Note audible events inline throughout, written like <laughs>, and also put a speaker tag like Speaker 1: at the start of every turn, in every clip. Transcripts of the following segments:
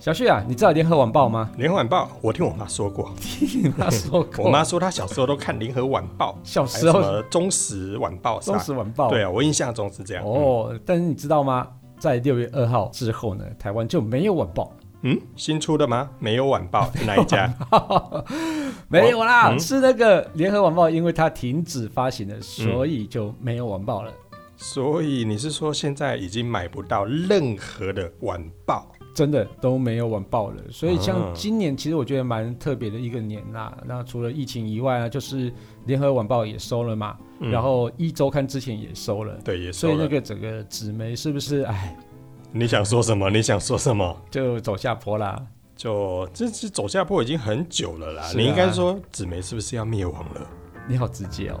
Speaker 1: 小旭啊，你知道《联合晚报》
Speaker 2: <laughs>
Speaker 1: 吗？
Speaker 2: 联合晚报，我听我妈说过，
Speaker 1: 你妈说过，
Speaker 2: 我妈说她小时候都看联合晚报，
Speaker 1: 小
Speaker 2: 还
Speaker 1: 时
Speaker 2: 有什
Speaker 1: 候
Speaker 2: 么中时晚报是吧，
Speaker 1: 中时晚报
Speaker 2: 对啊，我印象中是这样。哦，
Speaker 1: 哦，但是你知道吗？在六月二号之后呢，台湾就没有晚报， <laughs>
Speaker 2: 嗯，新出的吗？没有晚报，哪一家？
Speaker 1: 没有啦，
Speaker 2: 嗯
Speaker 1: 是那个联合晚报，因为它停止发行了，所以就没有晚报了。
Speaker 2: 所以你是说现在已经买不到任何的晚报？
Speaker 1: 真的都没有晚报了，所以像
Speaker 2: 嗯
Speaker 1: 今年其实我觉得蛮特别的一个年啦。那除了疫情以外啊，就是联合晚报也收了嘛，
Speaker 2: 嗯
Speaker 1: 然后一周刊之前也收了，
Speaker 2: 对，也
Speaker 1: 所
Speaker 2: 说
Speaker 1: 以
Speaker 2: 了。
Speaker 1: 那个整个纸媒是不是哎
Speaker 2: 你想说什么？你 <laughs> 想说什么？
Speaker 1: 就走下坡啦？
Speaker 2: 就这是走下坡已经很久了啦。
Speaker 1: 是啊
Speaker 2: 你应该说纸媒是不是要灭亡了？
Speaker 1: 你好直接哦。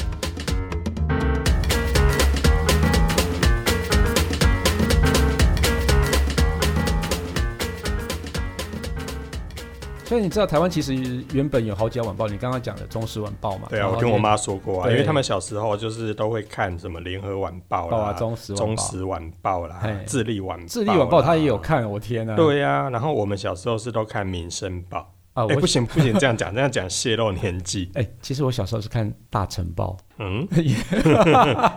Speaker 1: 所以你知道台湾其实原本有好几家晚报，你刚刚讲的《中时晚报》嘛？
Speaker 2: 对啊，
Speaker 1: 然后
Speaker 2: 我听我妈说过啊，
Speaker 1: 哦对
Speaker 2: 因为他们小时候就是都会看什么联合晚报
Speaker 1: 报啊，
Speaker 2: 啦、
Speaker 1: 《中时晚报》
Speaker 2: 中、时晚报啦
Speaker 1: 嘿、
Speaker 2: 智利晚报啦、啊
Speaker 1: 智利晚报他也有看，我天啊！
Speaker 2: 对呀、然后我们小时候是都看《民生报
Speaker 1: 啊，》我
Speaker 2: 哎、不行不行，这样讲这样 <laughs> 讲泄露年
Speaker 1: <laughs>
Speaker 2: 纪。
Speaker 1: 哎，其实我小时候是看《大晨
Speaker 2: <laughs>
Speaker 1: 报 <laughs>
Speaker 2: 嗯，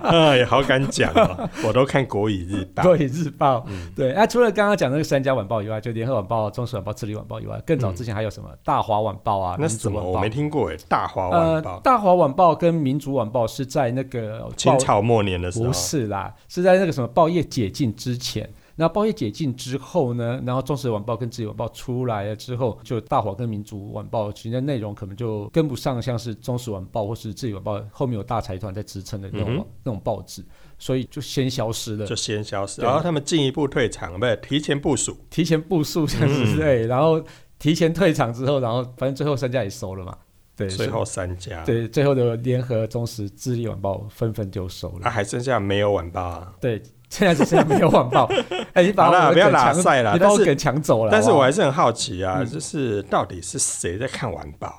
Speaker 2: 哎呀，好敢讲啊！ <laughs> 我都看《国语日》报》。
Speaker 1: 对，《日报》对。那除了刚刚讲那个三家晚报以外，就《联合晚报》《中时晚报》《智利晚报》以外，更早之前还有什么《大华晚报》啊，《
Speaker 2: 嗯那
Speaker 1: 民
Speaker 2: 是什
Speaker 1: 主
Speaker 2: 么？
Speaker 1: 晚
Speaker 2: 我
Speaker 1: 报
Speaker 2: 没》。听过哎，《大华
Speaker 1: 呃
Speaker 2: 晚，报》
Speaker 1: 《大华晚报》跟《民主晚报》是在那个
Speaker 2: 清
Speaker 1: 报
Speaker 2: 朝末年的时候
Speaker 1: 不，是啦，是在那个什么报业解禁之前。那报业解禁之后呢，然后《中时晚报》跟《自由晚报》出来了之后，就大华跟《民族晚报》其实内容可能就跟不上，像是《中时晚报》或是《自由晚报》后面有大财团在支撑的那种、
Speaker 2: 嗯哼
Speaker 1: 那种报纸，所以就先消失了
Speaker 2: 就。先消失，
Speaker 1: 对
Speaker 2: 然后他们进一步退场，不是提前部署。
Speaker 1: 提前部署像
Speaker 2: 嗯
Speaker 1: 是对，然后提前退场之后，然后反正最后三家也收了嘛。对，
Speaker 2: 最
Speaker 1: 所
Speaker 2: 后三家，
Speaker 1: 以对最后的联合、中时、智利晚报纷纷就收了。
Speaker 2: 啊，还剩下没有晚报啊。
Speaker 1: 对，现在只剩下没有网
Speaker 2: <laughs>
Speaker 1: 暴。哎、你把
Speaker 2: 好啦
Speaker 1: 我
Speaker 2: 不要
Speaker 1: 梗
Speaker 2: 拉
Speaker 1: 抢
Speaker 2: 塞啦
Speaker 1: 你把
Speaker 2: 但
Speaker 1: 我
Speaker 2: 是
Speaker 1: 梗抢走了。
Speaker 2: 但是
Speaker 1: 好不嗯
Speaker 2: 我
Speaker 1: 好
Speaker 2: 还是很好奇啊，就是到底是谁在看晚报？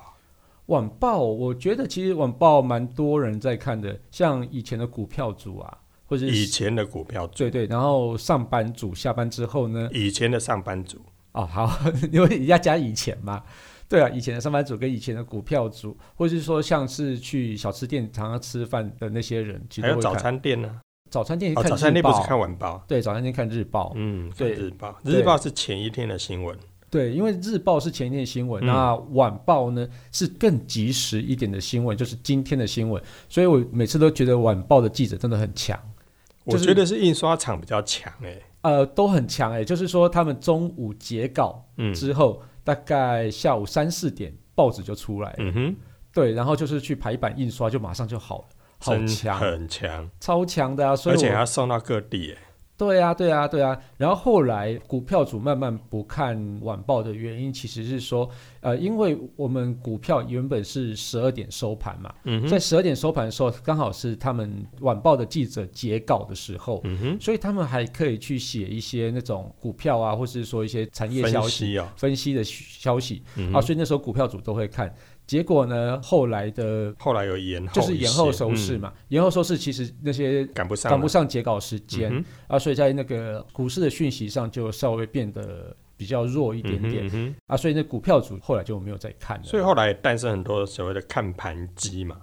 Speaker 1: 晚报，我觉得其实晚报蛮多人在看的，像以前的股票族啊，或者
Speaker 2: 以
Speaker 1: 是
Speaker 2: 前的股票族，
Speaker 1: 对对，然后上班族下班之后呢，
Speaker 2: 以前的上班族，
Speaker 1: 哦好， <laughs> 因为要加以前嘛。对啊，以前的上班族跟以前的股票族，或是说像是去小吃店常常吃饭的那些人，其实
Speaker 2: 还
Speaker 1: 都
Speaker 2: 有
Speaker 1: 会
Speaker 2: 早
Speaker 1: 看
Speaker 2: 餐店呢、
Speaker 1: 早餐店看
Speaker 2: 哦，
Speaker 1: 日报，
Speaker 2: 早餐店不是看晚报，
Speaker 1: 对早餐店看日报，
Speaker 2: 嗯，看
Speaker 1: 对
Speaker 2: 日报，
Speaker 1: 对
Speaker 2: 日报是前一天的新闻，
Speaker 1: 对，因为日报是前一天的新闻，
Speaker 2: 嗯
Speaker 1: 那晚报呢是更及时一点的新闻，就是今天的新闻。所以我每次都觉得晚报的记者真的很强，
Speaker 2: 我
Speaker 1: 就是
Speaker 2: 觉得是印刷厂比较强哎、
Speaker 1: 呃，都很强哎、就是说他们中午截稿
Speaker 2: 嗯
Speaker 1: 之后，大概下午三四点报纸就出来了，
Speaker 2: 嗯哼，
Speaker 1: 对，然后就是去排版印刷就马上就好了，好
Speaker 2: 真
Speaker 1: 强，
Speaker 2: 很强，
Speaker 1: 超强的啊！所
Speaker 2: 而
Speaker 1: 以
Speaker 2: 且还
Speaker 1: 我
Speaker 2: 要送到各地、欸，
Speaker 1: 对啊，对啊，对啊。然后后来股票主慢慢不看晚报的原因，其实是说，呃，因为我们股票原本是十二点收盘嘛，
Speaker 2: 嗯哼，
Speaker 1: 在十二点收盘的时候，刚好是他们晚报的记者截稿的时候，
Speaker 2: 嗯哼，
Speaker 1: 所以他们还可以去写一些那种股票啊，或是说一些产业消
Speaker 2: 分
Speaker 1: 息、
Speaker 2: 析哦、
Speaker 1: 分析的消息、啊，
Speaker 2: 嗯哼
Speaker 1: 所以那时候股票主都会看。结果呢，后来的
Speaker 2: 后来有延后一
Speaker 1: 就
Speaker 2: 些，
Speaker 1: 是延后收视
Speaker 2: 嗯
Speaker 1: 嘛，延后收视其实那些
Speaker 2: 赶不上了，
Speaker 1: 赶不上截稿时间、
Speaker 2: 嗯哼
Speaker 1: 啊，所以在那个股市的讯息上就稍微变得比较弱一点点、
Speaker 2: 嗯哼嗯哼
Speaker 1: 啊，所以那股票主后来就没有再看了。
Speaker 2: 所以后来诞生很多所谓的看盘机嘛，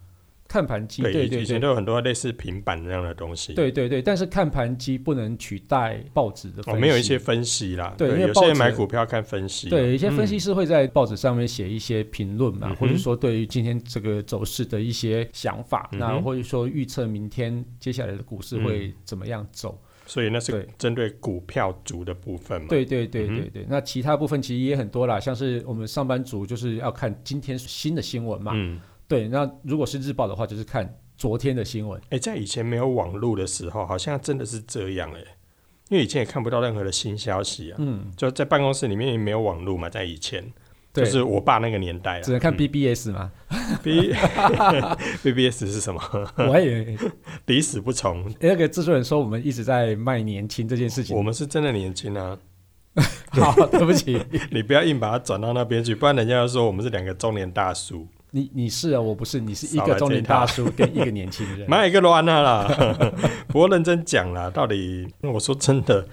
Speaker 1: 看盘机，
Speaker 2: 对，
Speaker 1: 对
Speaker 2: 以
Speaker 1: 对
Speaker 2: 前
Speaker 1: 对。
Speaker 2: 都有很多类似平板这样的东西，
Speaker 1: 对对对，但是看盘机不能取代报纸的分
Speaker 2: 哦，
Speaker 1: 析。
Speaker 2: 没有一些分析啦，
Speaker 1: 对因为
Speaker 2: 有
Speaker 1: 报
Speaker 2: 些人
Speaker 1: 纸
Speaker 2: 买股票看分析，
Speaker 1: 对，有一些分
Speaker 2: 嗯
Speaker 1: 析师会在报纸上面写一些评论嘛，
Speaker 2: 嗯哼
Speaker 1: 或者说对于今天这个走势的一些想法，
Speaker 2: 嗯哼嗯
Speaker 1: 那或者说预测明天接下来的股市会怎么样走。
Speaker 2: 所以那是
Speaker 1: 对
Speaker 2: 针对股票族的部分嘛。，
Speaker 1: 对对对
Speaker 2: 嗯哼
Speaker 1: 对对，那其他部分其实也很多啦，像是我们上班族就是要看今天新的新闻嘛，
Speaker 2: 嗯，
Speaker 1: 对，那如果是日报的话，就是看昨天的新闻。
Speaker 2: 哎、在以前没有网络的时候，好像真的是这样哎、因为以前也看不到任何的新消息啊，
Speaker 1: 嗯，
Speaker 2: 就在办公室里面也没有网络嘛，在以前，
Speaker 1: 对，
Speaker 2: 就是我爸那个年代啦，
Speaker 1: 只能看
Speaker 2: 嗯 <laughs>
Speaker 1: BBS 嘛。
Speaker 2: B <laughs> BBS 是什么？ <laughs>
Speaker 1: 我也
Speaker 2: 抵死不从。
Speaker 1: 那个制作人说我们一直在卖年轻这件事情
Speaker 2: 我，们是真的年轻啊，
Speaker 1: <laughs> 好，对不起，
Speaker 2: 你不要硬把它转到那边去，不然人家要说我们是两个中年大叔，
Speaker 1: 你你是啊，我不是，你是一
Speaker 2: 少
Speaker 1: 个
Speaker 2: 来
Speaker 1: 中
Speaker 2: 这一
Speaker 1: 年大叔跟一个年轻人，
Speaker 2: 买一个乱啊啦。 <laughs> 不过认真讲啦，到底我说真的，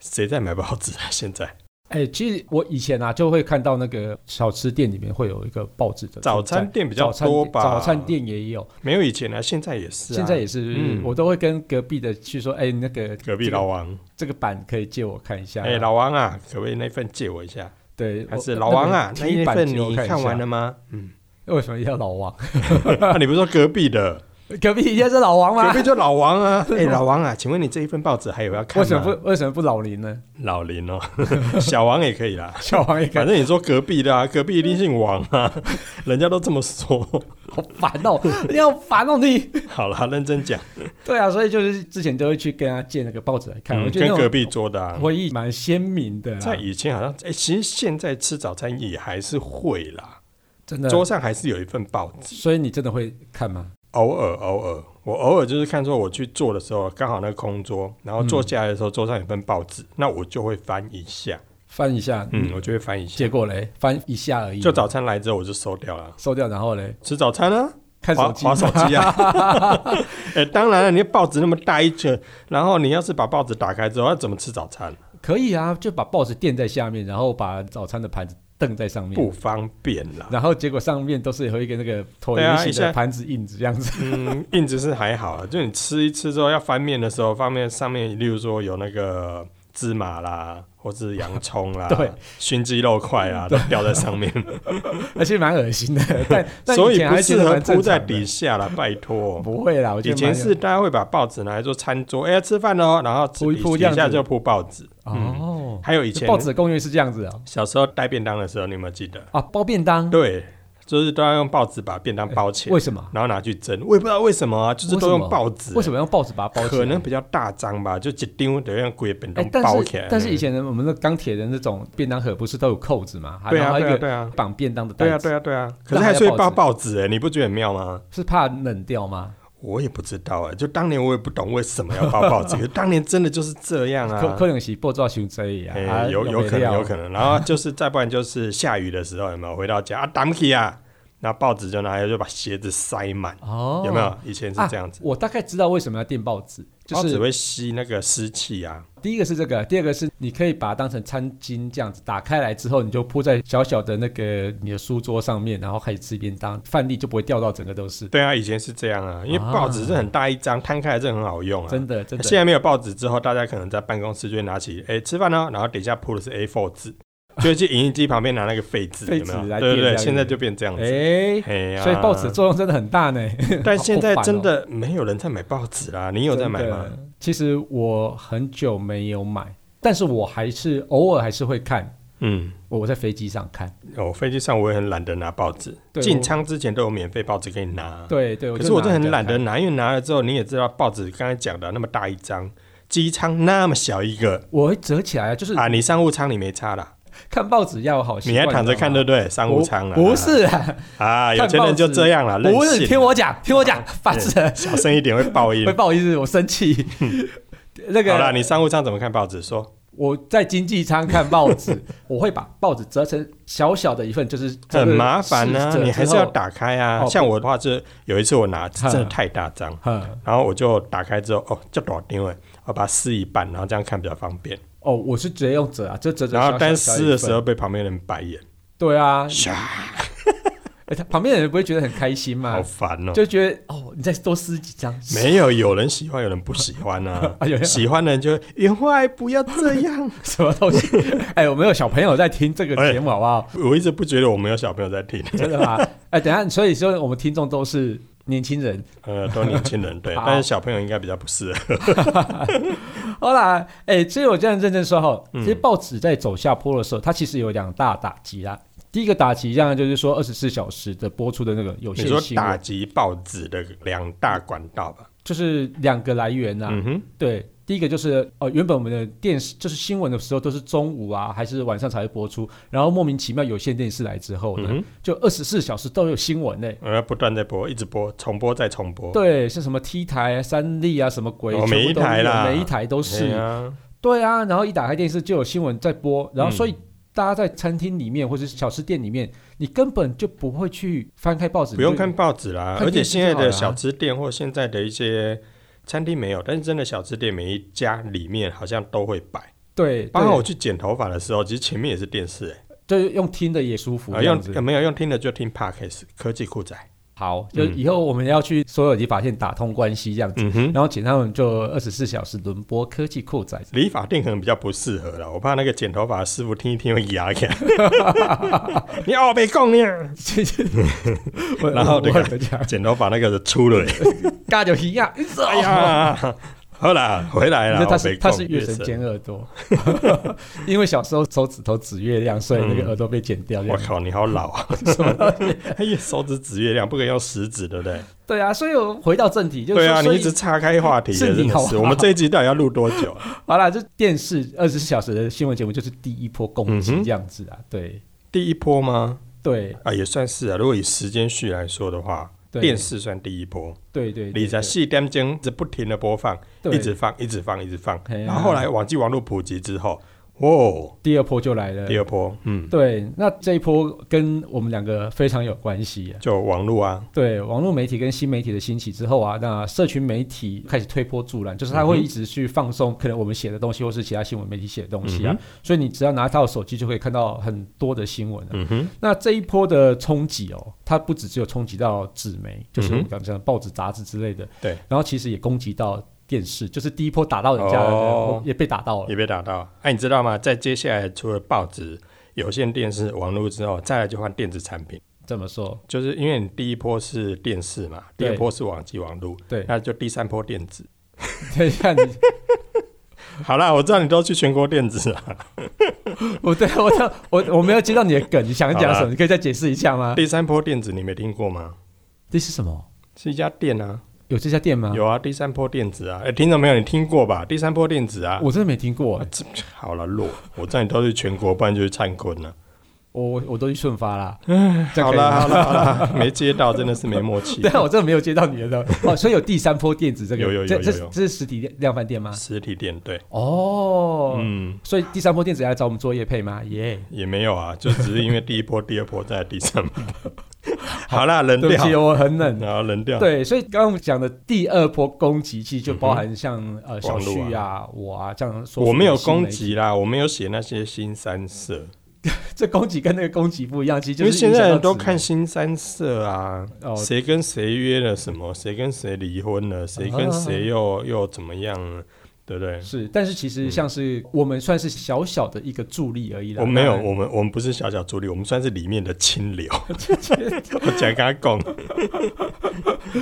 Speaker 2: 谁在买报纸啊？现在
Speaker 1: <laughs> 哎、其实我以前啊就会看到那个小吃店里面会有一个报纸的
Speaker 2: 早
Speaker 1: 存
Speaker 2: 餐
Speaker 1: 在
Speaker 2: 店比较
Speaker 1: 早餐
Speaker 2: 多
Speaker 1: 店
Speaker 2: 吧？
Speaker 1: 早餐店也有，
Speaker 2: 没有以前啊，现在也是、啊。
Speaker 1: 现在也是，
Speaker 2: 嗯
Speaker 1: 我都会跟隔壁的去说，哎、那个
Speaker 2: 隔壁
Speaker 1: 这个
Speaker 2: 老王，
Speaker 1: 这个版可以借我看一下，
Speaker 2: 哎、老王啊，可不可以那份借我一下？
Speaker 1: 对，我
Speaker 2: 还是老王啊，
Speaker 1: 那
Speaker 2: 那
Speaker 1: 本 T
Speaker 2: 一
Speaker 1: 版
Speaker 2: 份
Speaker 1: 借我
Speaker 2: 你
Speaker 1: 看一下
Speaker 2: 看完了？吗？嗯，
Speaker 1: 为什么要老王？
Speaker 2: <laughs> 啊，你不是说隔
Speaker 1: <laughs>
Speaker 2: 壁的，
Speaker 1: 隔壁一定是老王
Speaker 2: 隔
Speaker 1: 吗？
Speaker 2: 壁就老王啊。哎、老王啊，请问你这一份报纸还有要看
Speaker 1: 为
Speaker 2: 吗？
Speaker 1: 什么不为什么不老林呢？ <laughs>
Speaker 2: 老林哦， <laughs> 小王也可以啦。
Speaker 1: 小王也
Speaker 2: <laughs> 反
Speaker 1: 看，
Speaker 2: 正你说隔壁的啊，隔壁一定姓王啊， <laughs> 人家都这么说。 <laughs>
Speaker 1: 好烦哦， <laughs> 你好烦哦你。
Speaker 2: 好啦，认真讲，
Speaker 1: <laughs> 对啊，所以就是之前都会去跟他借那个报纸来看，我
Speaker 2: 嗯、
Speaker 1: 觉得
Speaker 2: 跟
Speaker 1: 那
Speaker 2: 隔
Speaker 1: 种
Speaker 2: 壁桌的、啊，
Speaker 1: 回忆蛮鲜明的、
Speaker 2: 在
Speaker 1: 啊，
Speaker 2: 以前好像，哎、其实现在吃早餐也还是会啦，
Speaker 1: 真的。
Speaker 2: 桌嗯上还是有一份报纸，
Speaker 1: 所以你真的会看吗？
Speaker 2: 偶尔偶尔，我偶尔就是看说我去做的时候，刚好那个空桌，然后坐下来的时候，桌上有份报纸，那我就会翻一下，
Speaker 1: 翻一下，
Speaker 2: 嗯，我就会翻一下。
Speaker 1: 结果嘞，翻一下而已，
Speaker 2: 就早餐来之后我就收掉了，
Speaker 1: 收掉，然后嘞，
Speaker 2: 吃早餐啊，
Speaker 1: 看
Speaker 2: 划
Speaker 1: 手机
Speaker 2: 划，手机啊。 <laughs> 哎、当然了，你报纸那么大一卷，然后你要是把报纸打开之后，要怎么吃早餐？
Speaker 1: 可以啊，就把报纸垫在下面，然后把早餐的盘子蹬在上面，
Speaker 2: 不方便啦。
Speaker 1: 然后结果上面都是有一个那个椭
Speaker 2: 对啊
Speaker 1: 圆形
Speaker 2: 一下
Speaker 1: 的盘子印子这样子，
Speaker 2: 嗯，硬子是还好啊，就你吃一吃之后要翻面的时候，翻面上面例如说有那个芝麻啦，或是洋葱啦，
Speaker 1: <laughs> 对，
Speaker 2: 熏鸡肉块
Speaker 1: <laughs>
Speaker 2: 啊，都掉在上面，
Speaker 1: 而且蛮恶心的。但但
Speaker 2: 所以
Speaker 1: 前
Speaker 2: 不
Speaker 1: 还觉
Speaker 2: 适
Speaker 1: 得
Speaker 2: 合
Speaker 1: 蛮
Speaker 2: 铺
Speaker 1: 正
Speaker 2: 在
Speaker 1: 常的
Speaker 2: 底下啦，拜托。
Speaker 1: 不会啦，我觉
Speaker 2: 哦以
Speaker 1: 得蛮
Speaker 2: 前
Speaker 1: 有
Speaker 2: 是大家会把报纸拿来做餐桌，哎、吃饭喽，然后吃
Speaker 1: 铺一
Speaker 2: 底
Speaker 1: 铺这样
Speaker 2: 底下
Speaker 1: 子
Speaker 2: 就铺报纸。嗯，
Speaker 1: 哦，
Speaker 2: 还有以
Speaker 1: 这
Speaker 2: 前
Speaker 1: 报纸的公约是这样子啊，
Speaker 2: 小时候带便当的时候，你有没有记得？
Speaker 1: 啊，包便当，
Speaker 2: 对，就是都要用报纸把便当包起来，
Speaker 1: 为什么？
Speaker 2: 然后拿去蒸。我也不知道为什么啊，就是都
Speaker 1: 为什
Speaker 2: 用
Speaker 1: 么
Speaker 2: 报纸。
Speaker 1: 为什么用报纸把它包起来？
Speaker 2: 可能比较大张吧，就一张得让规便
Speaker 1: 哎、
Speaker 2: 当
Speaker 1: 但
Speaker 2: 包起
Speaker 1: 是
Speaker 2: 来。
Speaker 1: 但是以前的我们的钢铁人那种便当盒不是都有扣子吗？
Speaker 2: 对
Speaker 1: 然
Speaker 2: 啊
Speaker 1: 后还
Speaker 2: 对
Speaker 1: 有一
Speaker 2: 啊
Speaker 1: 个
Speaker 2: 对啊
Speaker 1: 绑便当的袋
Speaker 2: 对
Speaker 1: 子，
Speaker 2: 啊对啊对啊，可
Speaker 1: 那
Speaker 2: 是
Speaker 1: 还
Speaker 2: 还
Speaker 1: 要
Speaker 2: 是会
Speaker 1: 报
Speaker 2: 包
Speaker 1: 纸
Speaker 2: 报纸哎、你不觉得很妙吗？
Speaker 1: 是怕冷掉吗？
Speaker 2: 我也不知道哎、就当年我也不懂为什么要包
Speaker 1: <laughs>
Speaker 2: 报纸，可是当年真的就是这样
Speaker 1: 可
Speaker 2: 啊。
Speaker 1: 可能是不知道熊这样
Speaker 2: 哎、
Speaker 1: 啊，
Speaker 2: 有有可能有可
Speaker 1: 能。
Speaker 2: 能，然后就是再不然就是下雨的时候有没有回到家啊 d u m 啊，那报纸就拿来就把鞋子塞满，
Speaker 1: 哦，
Speaker 2: 有没有？以前是这样子，
Speaker 1: 我大概知道为什么要垫报纸，就
Speaker 2: 报纸
Speaker 1: 是
Speaker 2: 会吸那个湿气啊。
Speaker 1: 第一个是这个，第二个是你可以把它当成餐巾这样子打开来之后，你就铺在小小的那个你的书桌上面，然后开始吃便当，饭粒就不会掉到整个都是。
Speaker 2: 对啊，以前是这样啊，因为
Speaker 1: 啊
Speaker 2: 报纸是很大一张，摊开来是很好用啊。
Speaker 1: 真的真
Speaker 2: 现
Speaker 1: 的，
Speaker 2: 在没有报纸之后，大家可能在办公室就会拿起，哎、吃饭呢，然后底下铺的是 A4
Speaker 1: <laughs>
Speaker 2: 纸，就会去影印机旁边拿那个废纸，
Speaker 1: 废
Speaker 2: 有没有
Speaker 1: 纸？来
Speaker 2: 对
Speaker 1: 垫
Speaker 2: 对
Speaker 1: 这
Speaker 2: 对，
Speaker 1: 样
Speaker 2: 现在
Speaker 1: 子
Speaker 2: 就变这样子。
Speaker 1: 哎、
Speaker 2: 哎呀
Speaker 1: 所以报纸的，作用真的很大呢。
Speaker 2: 但现在
Speaker 1: 好烦哦
Speaker 2: 真的没有人在买报纸啦，你有在买吗
Speaker 1: 真？的？其实我很久没有买，但是我还是偶尔还是会看。
Speaker 2: 嗯，
Speaker 1: 我在飞机上看，
Speaker 2: 哦，飞机上我也很懒得拿报纸，
Speaker 1: 对
Speaker 2: 进
Speaker 1: 我
Speaker 2: 舱之前都有免费报纸给你拿。，
Speaker 1: 对对，
Speaker 2: 可是我
Speaker 1: 就
Speaker 2: 真的很懒
Speaker 1: 拿
Speaker 2: 得
Speaker 1: 着看。
Speaker 2: 拿，因为拿了之后你也知道，报纸刚才讲的那么大一张，机舱那么小一个
Speaker 1: 我会折起来啊，就是
Speaker 2: 啊，你商务舱你没差啦，
Speaker 1: 看报纸要有好习
Speaker 2: 你
Speaker 1: 惯。
Speaker 2: 还躺着看对
Speaker 1: 的
Speaker 2: 不对？商务舱啦，
Speaker 1: 不是啊，
Speaker 2: 啊，有
Speaker 1: 看
Speaker 2: 钱人就
Speaker 1: 报纸
Speaker 2: 这样啦，任
Speaker 1: 不
Speaker 2: 性
Speaker 1: 是，
Speaker 2: 啦
Speaker 1: 听我讲，听我
Speaker 2: 啊
Speaker 1: 讲，烦死了，
Speaker 2: 小声一点会爆
Speaker 1: <laughs>
Speaker 2: 音
Speaker 1: 会。不好意思，我生
Speaker 2: <laughs>
Speaker 1: 气。那
Speaker 2: 好啦，
Speaker 1: 个，
Speaker 2: 你商务舱怎么看报纸？说
Speaker 1: 我在经济舱看报纸， <laughs> 我会把报纸折成小小的一份，就是这个
Speaker 2: 很麻烦呢、
Speaker 1: 试着
Speaker 2: 你还是
Speaker 1: 之
Speaker 2: 要
Speaker 1: 后。
Speaker 2: 打开啊。
Speaker 1: 哦不
Speaker 2: 像我的话是有一次我拿
Speaker 1: 哈
Speaker 2: 真的太大张，
Speaker 1: 哼
Speaker 2: 然后我就打开之后，哦，就短定位，我把它撕一半，然后这样看比较方便。
Speaker 1: 哦，我是直接用折啊，就折折。
Speaker 2: 然后但撕
Speaker 1: 撕
Speaker 2: 的时候，被旁边人白眼，
Speaker 1: 对啊，
Speaker 2: 唰
Speaker 1: <laughs> 哎，他旁边的人不会觉得很开心吗
Speaker 2: 好？烦哦、
Speaker 1: 就觉得哦，你再多撕几张，
Speaker 2: 没有，有人喜欢，有人不喜欢啊
Speaker 1: <laughs> 。哎呦
Speaker 2: 喜欢的人就会员外不要这
Speaker 1: <laughs>
Speaker 2: 样。
Speaker 1: <laughs> 什么东西？哎，我们有小朋友在听这个
Speaker 2: 哎
Speaker 1: 节目，好不好？
Speaker 2: 我一直不觉得我们有小朋友在听，
Speaker 1: 真的吗？哎，等一下，所以说我们听众都是年轻人。
Speaker 2: 呃，都年轻人对，
Speaker 1: 好
Speaker 2: 但是小朋友应该比较不适合。
Speaker 1: 好啦，哎，所以我这样认真说哈，
Speaker 2: 嗯
Speaker 1: 其实报纸在走下坡的时候，它其实有两大打击啦。第一个打击，当然就是说二十四小时的播出的那个有
Speaker 2: 你
Speaker 1: 限
Speaker 2: 说
Speaker 1: 性，
Speaker 2: 打击报纸的两大管道吧？
Speaker 1: 就是两个来源啊。
Speaker 2: 嗯哼，
Speaker 1: 对，第一个就是呃，原本我们的电视就是新闻的时候都是中午啊，还是晚上才会播出，然后莫名其妙有线电视来之后
Speaker 2: 嗯
Speaker 1: 呢，
Speaker 2: 哼，
Speaker 1: 就二十四小时都有新闻呢、
Speaker 2: 我要不断在播，一直播，重播再重播。
Speaker 1: 对，是什么 T 台啊、三立啊、什么鬼，
Speaker 2: 哦
Speaker 1: 全部
Speaker 2: 每一
Speaker 1: 都
Speaker 2: 台
Speaker 1: 有
Speaker 2: 啦
Speaker 1: 每一台都
Speaker 2: 是
Speaker 1: 是。
Speaker 2: 啊，
Speaker 1: 对啊，然后一打开电视就有新闻在播，然后
Speaker 2: 嗯
Speaker 1: 所以大家在餐厅里面或者是小吃店里面，你根本就不会去翻开报纸，
Speaker 2: 不用
Speaker 1: 你就
Speaker 2: 看报纸啦。
Speaker 1: 看
Speaker 2: 而且
Speaker 1: 电视
Speaker 2: 现在
Speaker 1: 就好了
Speaker 2: 的
Speaker 1: 啊
Speaker 2: 小吃店或现在的一些餐厅没有，但是真的小吃店每一家里面好像都会摆。
Speaker 1: 对，
Speaker 2: 包括我
Speaker 1: 对，
Speaker 2: 去剪头发的时候，其实前面也是电视、欸，
Speaker 1: 就是用听的也舒服
Speaker 2: 啊
Speaker 1: 这样子。
Speaker 2: 用没有用听的就听 Podcast 科技酷仔。
Speaker 1: 好，就
Speaker 2: 嗯
Speaker 1: 以后我们要去所有理发店打通关系这样子，
Speaker 2: 嗯哼，
Speaker 1: 然后请他们就二十四小时轮播科技酷仔。
Speaker 2: 理发店可能比较不适合了，我怕那个剪头发的师傅听一听会牙痒。 <laughs> 你哦被供你啊，
Speaker 1: 我
Speaker 2: 然后
Speaker 1: 我
Speaker 2: 那
Speaker 1: 我
Speaker 2: 个
Speaker 1: 怎么讲，
Speaker 2: 剪头发那个出
Speaker 1: <laughs>
Speaker 2: 了，
Speaker 1: 嘎就一样，哎
Speaker 2: 哎
Speaker 1: 呀。
Speaker 2: 呀，好啦，回来
Speaker 1: 因为
Speaker 2: 了，
Speaker 1: 他
Speaker 2: 我
Speaker 1: 是
Speaker 2: 被
Speaker 1: 他
Speaker 2: 供
Speaker 1: 是月神尖耳朵，因为小时候手指头指月亮，所以那个耳朵被剪掉。这
Speaker 2: 我
Speaker 1: 样
Speaker 2: 靠，你好老啊！哎呀，手指指月亮，不可以用食指，对
Speaker 1: <laughs>
Speaker 2: 不对？
Speaker 1: 对啊，所以我回到正题，就是
Speaker 2: 对
Speaker 1: 说
Speaker 2: 啊，
Speaker 1: 所
Speaker 2: 你
Speaker 1: 以
Speaker 2: 一直岔开话题，
Speaker 1: 是
Speaker 2: 真
Speaker 1: 你
Speaker 2: 的
Speaker 1: 好啊
Speaker 2: 是。
Speaker 1: 不好
Speaker 2: 我们这一集到底要录多久啊？ <laughs>
Speaker 1: 好啦，这电视二十四小时的新闻节目就是第一波攻击
Speaker 2: 嗯哼
Speaker 1: 这样子啊，对
Speaker 2: 第一波吗？
Speaker 1: 对
Speaker 2: 啊，也算是啊。如果以时间序来说的话，
Speaker 1: 对，
Speaker 2: 电视算第一波。
Speaker 1: 对对，对
Speaker 2: 你在四点钟一直不停的播放，
Speaker 1: 对
Speaker 2: 一直放，一直放，一直放。
Speaker 1: 嘿啊
Speaker 2: 然后后来网际网络普及之后，哇，
Speaker 1: 第二波就来了
Speaker 2: 第。二波，嗯，
Speaker 1: 对，那这一波跟我们两个非常有关系、啊。
Speaker 2: 就网络啊，
Speaker 1: 对，网络媒体跟新媒体的兴起之后啊，那社群媒体开始推波助澜，就是它
Speaker 2: 嗯
Speaker 1: 会
Speaker 2: 哼
Speaker 1: 一直去放送可能我们写的东西，或是其他新闻媒体写的东西啊。
Speaker 2: 嗯哼
Speaker 1: 所以你只要拿到手机，就可以看到很多的新闻、啊。
Speaker 2: 嗯哼，
Speaker 1: 那这一波的冲击哦，它不只只有冲击到纸媒，就是我
Speaker 2: 嗯
Speaker 1: 们
Speaker 2: 哼
Speaker 1: 刚刚讲的报纸、杂志之类的，
Speaker 2: 对
Speaker 1: 然后其实也攻击到电视，就是第一波打到人家的，
Speaker 2: 哦
Speaker 1: 也被打到了。
Speaker 2: 也被打到。哎、你知道吗？在接下来除了报纸、有线电视、网络之后，再来就换电子产品，
Speaker 1: 这么说，
Speaker 2: 就是因为你第一波是电视嘛，第
Speaker 1: 对
Speaker 2: 二波是网际网络，
Speaker 1: 对，
Speaker 2: 那就第三波电子。
Speaker 1: <laughs> 等一下你，
Speaker 2: 好啦，我知道你都去全国电子啊。
Speaker 1: 我对我的我我没有接到你的梗，你想讲什
Speaker 2: 好
Speaker 1: 么？你可以再解释一下吗？
Speaker 2: 第三波电子你没听过吗？
Speaker 1: 这是什么？
Speaker 2: 是一家店啊，
Speaker 1: 有这家店吗？
Speaker 2: 有啊，第三波电子啊，哎、听到没有？你听过吧？第三波电子啊，
Speaker 1: 我真的没听过、欸，
Speaker 2: 这好了，弱，我知道你都是全国，不然就是灿坤了。
Speaker 1: 我我我都去顺发啦。这样
Speaker 2: <laughs> 好
Speaker 1: 可以吗
Speaker 2: 啦， <laughs> 好啦，好啦，没接到，真的是没默契
Speaker 1: <laughs> 对。啊，我真的没有接到你的东西哦，所以有第三波电子这个，
Speaker 2: 有有有
Speaker 1: 这
Speaker 2: 有
Speaker 1: 这
Speaker 2: 有
Speaker 1: 这是实体量贩店吗？
Speaker 2: 实体店对，
Speaker 1: 哦，
Speaker 2: 嗯，
Speaker 1: 所以第三波电子来找我们做业配吗？耶、
Speaker 2: 也没有啊，就只是因为第一波、第二波在第三
Speaker 1: <laughs>
Speaker 2: 波。好啦，冷
Speaker 1: 对不起，
Speaker 2: 掉，
Speaker 1: 我很冷。
Speaker 2: 然后冷掉。
Speaker 1: 对，所以刚刚我们讲的第二波攻击，其实就包含像、呃小
Speaker 2: 网络啊
Speaker 1: 旭啊、我啊这样说。
Speaker 2: 我没有攻，击啦，我没有写那些新三色，
Speaker 1: 这攻击跟那个攻击不一样，其实就
Speaker 2: 因
Speaker 1: 是
Speaker 2: 为现
Speaker 1: 影
Speaker 2: 在
Speaker 1: 响
Speaker 2: 人
Speaker 1: 到
Speaker 2: 都
Speaker 1: 自己
Speaker 2: 看新三色啊，
Speaker 1: 哦，
Speaker 2: 谁跟谁约了什么，谁跟谁离婚了，谁
Speaker 1: 啊
Speaker 2: 跟谁又又怎么样了，对不对？
Speaker 1: 是，但是其实
Speaker 2: 嗯
Speaker 1: 像是我们算是小小的一个助力而已啦。<laughs>
Speaker 2: 我没有，
Speaker 1: 当然
Speaker 2: 我们我们不是小小助理，我们算是里面的清流。 <laughs> 我讲跟他讲， <laughs>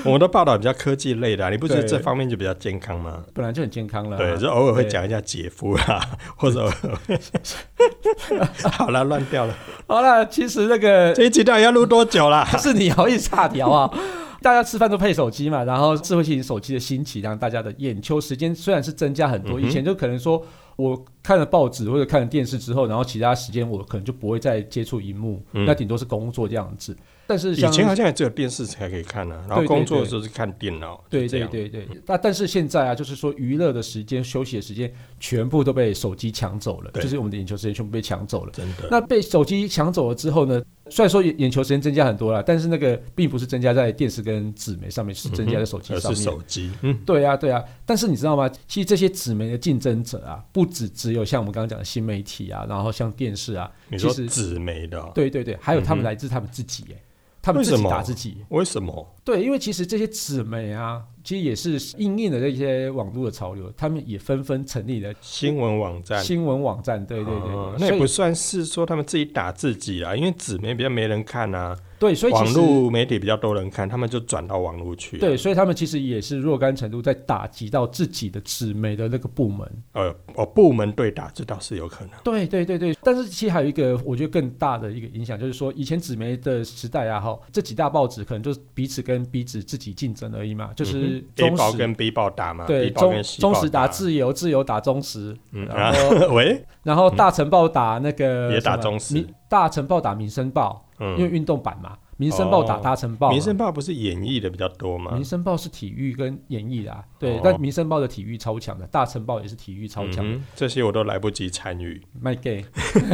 Speaker 2: 我们的报道比较科技类的啊、你不觉得
Speaker 1: 对
Speaker 2: 这方面就比较健康吗？
Speaker 1: 本来就很健康了啊。
Speaker 2: 对，就偶尔会讲一下姐夫啦，或者偶尔
Speaker 1: <laughs>
Speaker 2: 会好啦，乱掉了。
Speaker 1: 好了，其实那个
Speaker 2: 这一集到底要录多久啦？
Speaker 1: <laughs> 是你好意思差条啊。 <laughs> 大家吃饭都配手机嘛，然后智慧型手机的兴起，让大家的眼球时间虽然是增加很多，
Speaker 2: 嗯哼
Speaker 1: 以前就可能说我看了报纸或者看了电视之后，然后其他时间我可能就不会再接触荧幕，
Speaker 2: 嗯
Speaker 1: 那顶多是工作这样子。但是
Speaker 2: 以
Speaker 1: 像
Speaker 2: 前好像也只有电视才可以看啊，然后
Speaker 1: 对对
Speaker 2: 工作的时候是看电脑，
Speaker 1: 对
Speaker 2: 就这
Speaker 1: 对
Speaker 2: 样。
Speaker 1: 对对，那但是现在啊，就是说娱乐的时间、休息的时间，全部都被手机抢走了，
Speaker 2: 对
Speaker 1: 就是我们的眼球时间全部被抢走了。
Speaker 2: 真的，
Speaker 1: 那被手机抢走了之后呢？虽然说眼眼球时间增加很多了，但是那个并不是增加在电视跟纸媒上面，是增加在手机
Speaker 2: 而
Speaker 1: 上
Speaker 2: 呃是
Speaker 1: 面。
Speaker 2: 手机，嗯，
Speaker 1: 对啊，对啊。但是你知道吗？其实这些纸媒的竞争者啊，不只只有像我们刚刚讲的新媒体啊，然后像电视啊，
Speaker 2: 你说
Speaker 1: 其实
Speaker 2: 纸媒的哦，
Speaker 1: 对对对，还有他
Speaker 2: 嗯
Speaker 1: 们
Speaker 2: 哼
Speaker 1: 来自他们自己、耶，他们
Speaker 2: 为
Speaker 1: 自
Speaker 2: 什
Speaker 1: 己
Speaker 2: 么
Speaker 1: 打自己。
Speaker 2: 为什么？
Speaker 1: 对，因为其实这些纸媒啊，其实也是应应的这些网络的潮流，他们也纷纷成立了
Speaker 2: 新闻网站
Speaker 1: 新闻网站。对对对，
Speaker 2: 哦
Speaker 1: 对
Speaker 2: 那也
Speaker 1: 所以
Speaker 2: 不算是说他们自己打自己啦，因为纸媒比较没人看啊，
Speaker 1: 对，所以其
Speaker 2: 网
Speaker 1: 实
Speaker 2: 络媒体比较多人看，他们就转到网络去。啊
Speaker 1: 对，，所以他们其实也是若干程度在打击到自己的纸媒的那个部门。
Speaker 2: 呃，哦，部门对打，这倒是有可能。
Speaker 1: 对对对对，但是其实还有一个我觉得更大的一个影响，就是说以前纸媒的时代啊，哈，这几大报纸可能就是彼此跟彼此自己竞争而已嘛，就是
Speaker 2: 嗯哼 A
Speaker 1: 中
Speaker 2: 报
Speaker 1: 时、
Speaker 2: 跟 B 报打嘛，
Speaker 1: 对
Speaker 2: B 报
Speaker 1: 中
Speaker 2: 跟 C 报
Speaker 1: 中时打，自由，自由打中时，
Speaker 2: 嗯
Speaker 1: 然后、
Speaker 2: 啊 <laughs> 喂，
Speaker 1: 然后大成报打那个
Speaker 2: 也打
Speaker 1: 什么
Speaker 2: 中时
Speaker 1: 民大成报打民生报，因为
Speaker 2: 嗯，
Speaker 1: 运动版嘛，民生报打
Speaker 2: 哦
Speaker 1: 大成报嘛，
Speaker 2: 民生报不是演绎的比较多嘛
Speaker 1: 民，生报是体育跟演艺啦，对，
Speaker 2: 哦
Speaker 1: 但民生报的体育超强的，大成报也是体育超强的，
Speaker 2: 嗯哼这些我都来不及参与。
Speaker 1: 卖 gay。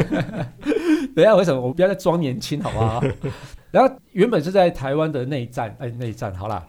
Speaker 1: 等一下，为什么我们不要再装年轻好不好？ <laughs> 然后原本是在台湾的内战，哎，内战好啦。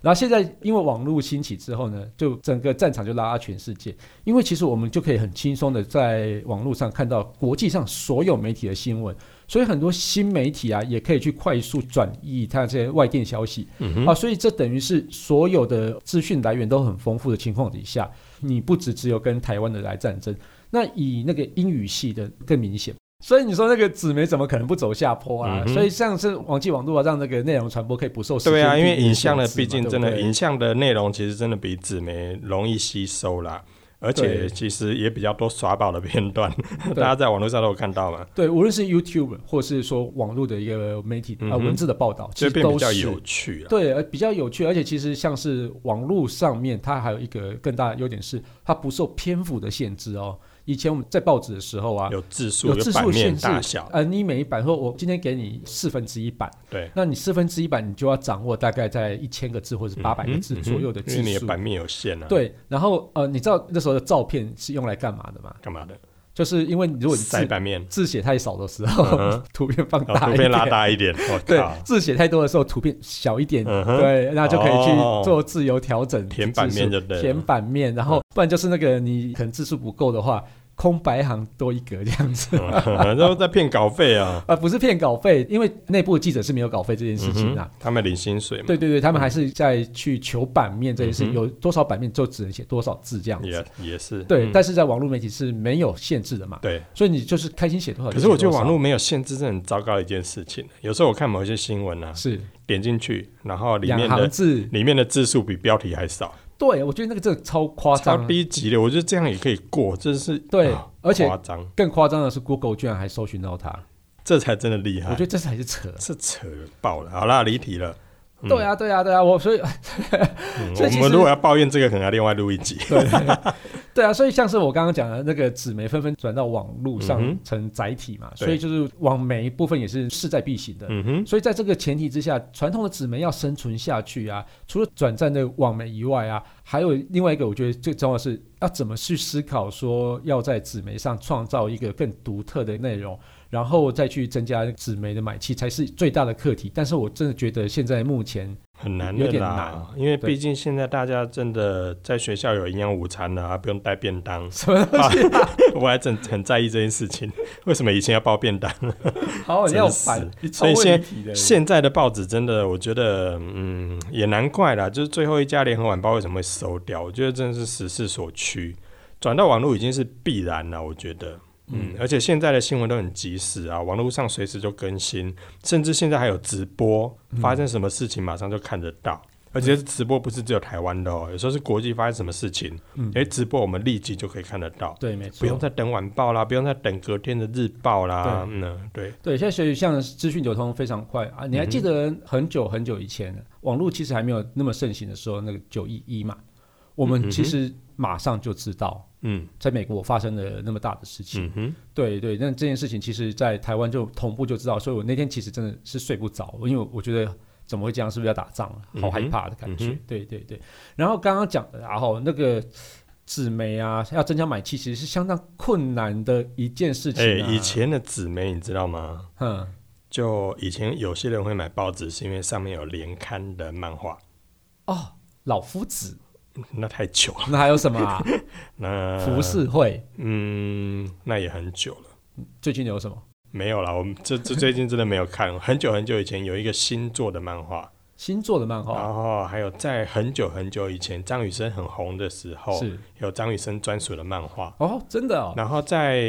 Speaker 1: 然后现在因为网络兴起之后呢，就整个战场就拉到全世界。因为其实我们就可以很轻松的在网络上看到国际上所有媒体的新闻，所以很多新媒体啊也可以去快速转译它这些外电消息。
Speaker 2: 嗯
Speaker 1: 啊，
Speaker 2: 哼，
Speaker 1: 所以这等于是所有的资讯来源都很丰富的情况底下，你不只只有跟台湾的来战争，那以那个英语系的更明显。所以你说那个纸媒怎么可能不走下坡啊？
Speaker 2: 嗯哼
Speaker 1: 所以像是网际网络啊，让那个内容传播可以不受时间
Speaker 2: 对啊，
Speaker 1: 地
Speaker 2: 因为
Speaker 1: 域限
Speaker 2: 影像的
Speaker 1: 制嘛
Speaker 2: 毕竟真
Speaker 1: 对
Speaker 2: 的
Speaker 1: 不对
Speaker 2: 影像的内容其实真的比纸媒容易吸收啦。而且
Speaker 1: 对
Speaker 2: 其实也比较多耍宝的片段，
Speaker 1: 对
Speaker 2: 大家在网络上都有看到嘛，
Speaker 1: 对，无论是 YouTube 或是说网络的一个媒体啊、
Speaker 2: 嗯哼
Speaker 1: 文字的报道，其
Speaker 2: 所
Speaker 1: 实
Speaker 2: 以变
Speaker 1: 都
Speaker 2: 比较
Speaker 1: 是
Speaker 2: 有趣了。
Speaker 1: 对，呃比较有趣，而且其实像是网络上面，它还有一个更大的优点是，它不受篇幅的限制哦。以前我们在报纸的时候啊，
Speaker 2: 有字数、
Speaker 1: 有字
Speaker 2: 版
Speaker 1: 数
Speaker 2: 面
Speaker 1: 限制
Speaker 2: 大小，
Speaker 1: 呃，你每一版说，我今天给你四分之一版，
Speaker 2: 对，
Speaker 1: 那你四分之一版，你就要掌握大概在一千个字或者是八百个字
Speaker 2: 嗯哼
Speaker 1: 左右的字
Speaker 2: 因为你
Speaker 1: 数
Speaker 2: 的。版面有限啊。，
Speaker 1: 对，然后呃，你知道那时候的照片是用来干嘛的吗？
Speaker 2: 干嘛的？
Speaker 1: 就是因为你如果你
Speaker 2: 塞
Speaker 1: 字
Speaker 2: 版面，
Speaker 1: 字写太少的时候，
Speaker 2: 嗯哼
Speaker 1: <laughs> 图片放
Speaker 2: 哦
Speaker 1: 大一
Speaker 2: 图片
Speaker 1: 点，
Speaker 2: 拉大一点，我
Speaker 1: 对
Speaker 2: 靠，，
Speaker 1: 字写太多的时候，图片小一点，
Speaker 2: 啊嗯哼
Speaker 1: 对，那就可以去
Speaker 2: 哦
Speaker 1: 做自由调整字数，
Speaker 2: 填版面就对了嗯
Speaker 1: 填版面，然后不然就是那个你可能字数不够的话，空白行多一格这样 <laughs> 子。
Speaker 2: 嗯 <laughs> 都在骗稿费啊。
Speaker 1: 呃，不是骗稿费，因为内部记者 <laughs> 是没有稿费这件事情啊
Speaker 2: 嗯。哼他们领薪水嘛，
Speaker 1: 对对对，他们还是在去求版面这件事，
Speaker 2: 嗯哼
Speaker 1: 有多少版面就只能写多少字这样子。
Speaker 2: 也也是
Speaker 1: 对，
Speaker 2: 嗯
Speaker 1: 但是在网络媒体是没有限制的嘛，
Speaker 2: 对。
Speaker 1: 所以你就是开心写多少哦就
Speaker 2: 可
Speaker 1: 写
Speaker 2: 是
Speaker 1: 多
Speaker 2: 我
Speaker 1: 少。
Speaker 2: 觉得网络没有限制是很糟糕的一件事情。有时候我看某一些新闻啊，
Speaker 1: 是
Speaker 2: 点进去，然后里
Speaker 1: 两
Speaker 2: 面
Speaker 1: 行
Speaker 2: 的
Speaker 1: 字，
Speaker 2: 里面的字数比标题还少，
Speaker 1: 对我觉得那个真的超夸
Speaker 2: 超
Speaker 1: 张的，
Speaker 2: 低级的。我觉得这样也可以过，这是
Speaker 1: 对
Speaker 2: 啊
Speaker 1: 而且
Speaker 2: 夸张，
Speaker 1: 更夸张的是，Google 居然还搜寻到它，
Speaker 2: 这才真的厉
Speaker 1: 我
Speaker 2: 害
Speaker 1: 觉。得这才是扯。
Speaker 2: 是扯爆了。好啦，离题了。嗯
Speaker 1: 对，啊，对啊，对啊，我所以
Speaker 2: 嗯
Speaker 1: 所以其
Speaker 2: 我
Speaker 1: 实
Speaker 2: 们如果要抱怨这个，可能要另外录
Speaker 1: <laughs>
Speaker 2: 一集。
Speaker 1: 对啊，所以像是我刚刚讲的那个纸媒纷纷转到网络
Speaker 2: 嗯
Speaker 1: 上
Speaker 2: 哼
Speaker 1: 成载体嘛，
Speaker 2: 对
Speaker 1: 所以就是网媒部分也是势在必行的。
Speaker 2: 嗯哼，
Speaker 1: 所以在这个前提之下，传统的纸媒要生存下去啊，除了转战的网媒以外啊，还有另外一个我觉得最重要的是要怎么去思考说要在纸媒上创造一个更独特的内容，然后再去增加纸媒的买气才是最大的课题。但是我真的觉得现在目前
Speaker 2: 很难
Speaker 1: 有
Speaker 2: 的
Speaker 1: 点
Speaker 2: 啦，因为
Speaker 1: 对。
Speaker 2: 毕竟现在大家真的在学校有营养午餐了、啊，不用带便当
Speaker 1: 什么东西啊
Speaker 2: <laughs> 我还真很在意这件事情，为什么以前要包便当？
Speaker 1: 好，你要
Speaker 2: 真是
Speaker 1: 反，你
Speaker 2: 所以
Speaker 1: 超会
Speaker 2: 现
Speaker 1: 离题的
Speaker 2: 现在的报纸真的，我觉得，嗯，也难怪啦。就是最后一家联合晚报为什么会收掉？我觉得真的是时势所趋，转到网络已经是必然了。我觉得，嗯，而且现在的新闻都很及时啊，网络上随时就更新，甚至现在还有直播，发生什么事情马上就看得到。而且直播不是只有台湾的哦，有时候是国际发生什么事情，
Speaker 1: 嗯
Speaker 2: 诶、直播我们立即就可以看得到，
Speaker 1: 对，没错，
Speaker 2: 不用再等晚报啦，不用再等隔天的日报啦，嗯，对，
Speaker 1: 对，现在所以像资讯流通非常快啊！你还
Speaker 2: 嗯
Speaker 1: 记得很久很久以前，网络其实还没有那么盛行的时候，那个九一一嘛，我
Speaker 2: 嗯嗯
Speaker 1: 们
Speaker 2: 哼
Speaker 1: 其实马上就知道，
Speaker 2: 嗯
Speaker 1: 在美国发生了那么大的事情。
Speaker 2: 嗯哼，
Speaker 1: 对对，那这件事情其实，在台湾就同步就知道，所以我那天其实真的是睡不着，因为我觉得怎么会这样？是不是要打仗了？好害怕的感觉。
Speaker 2: 嗯哼嗯
Speaker 1: 对对对。然后刚刚讲的，然后那个纸媒啊，要增加买气，其实是相当困难的一件事情、
Speaker 2: 哎、
Speaker 1: 啊。
Speaker 2: 以，前的纸媒你知道吗？
Speaker 1: 嗯，
Speaker 2: 就以前有些人会买报纸，是因为上面有连刊的漫画，
Speaker 1: 哦，老夫子。
Speaker 2: 那太久了。
Speaker 1: 那还有什么、
Speaker 2: <laughs>
Speaker 1: 啊？
Speaker 2: 那
Speaker 1: 浮，世绘
Speaker 2: 嗯，那也很久了。
Speaker 1: 最近有什么
Speaker 2: 没有啦，我们这这最近真的没有看，很久很久以前有一个星座的漫画，
Speaker 1: 星座的漫画？
Speaker 2: 然后还有在很久很久以前张雨生很红的时候，
Speaker 1: 是
Speaker 2: 有张雨生专属的漫画，
Speaker 1: 哦，真的哦，
Speaker 2: 然后在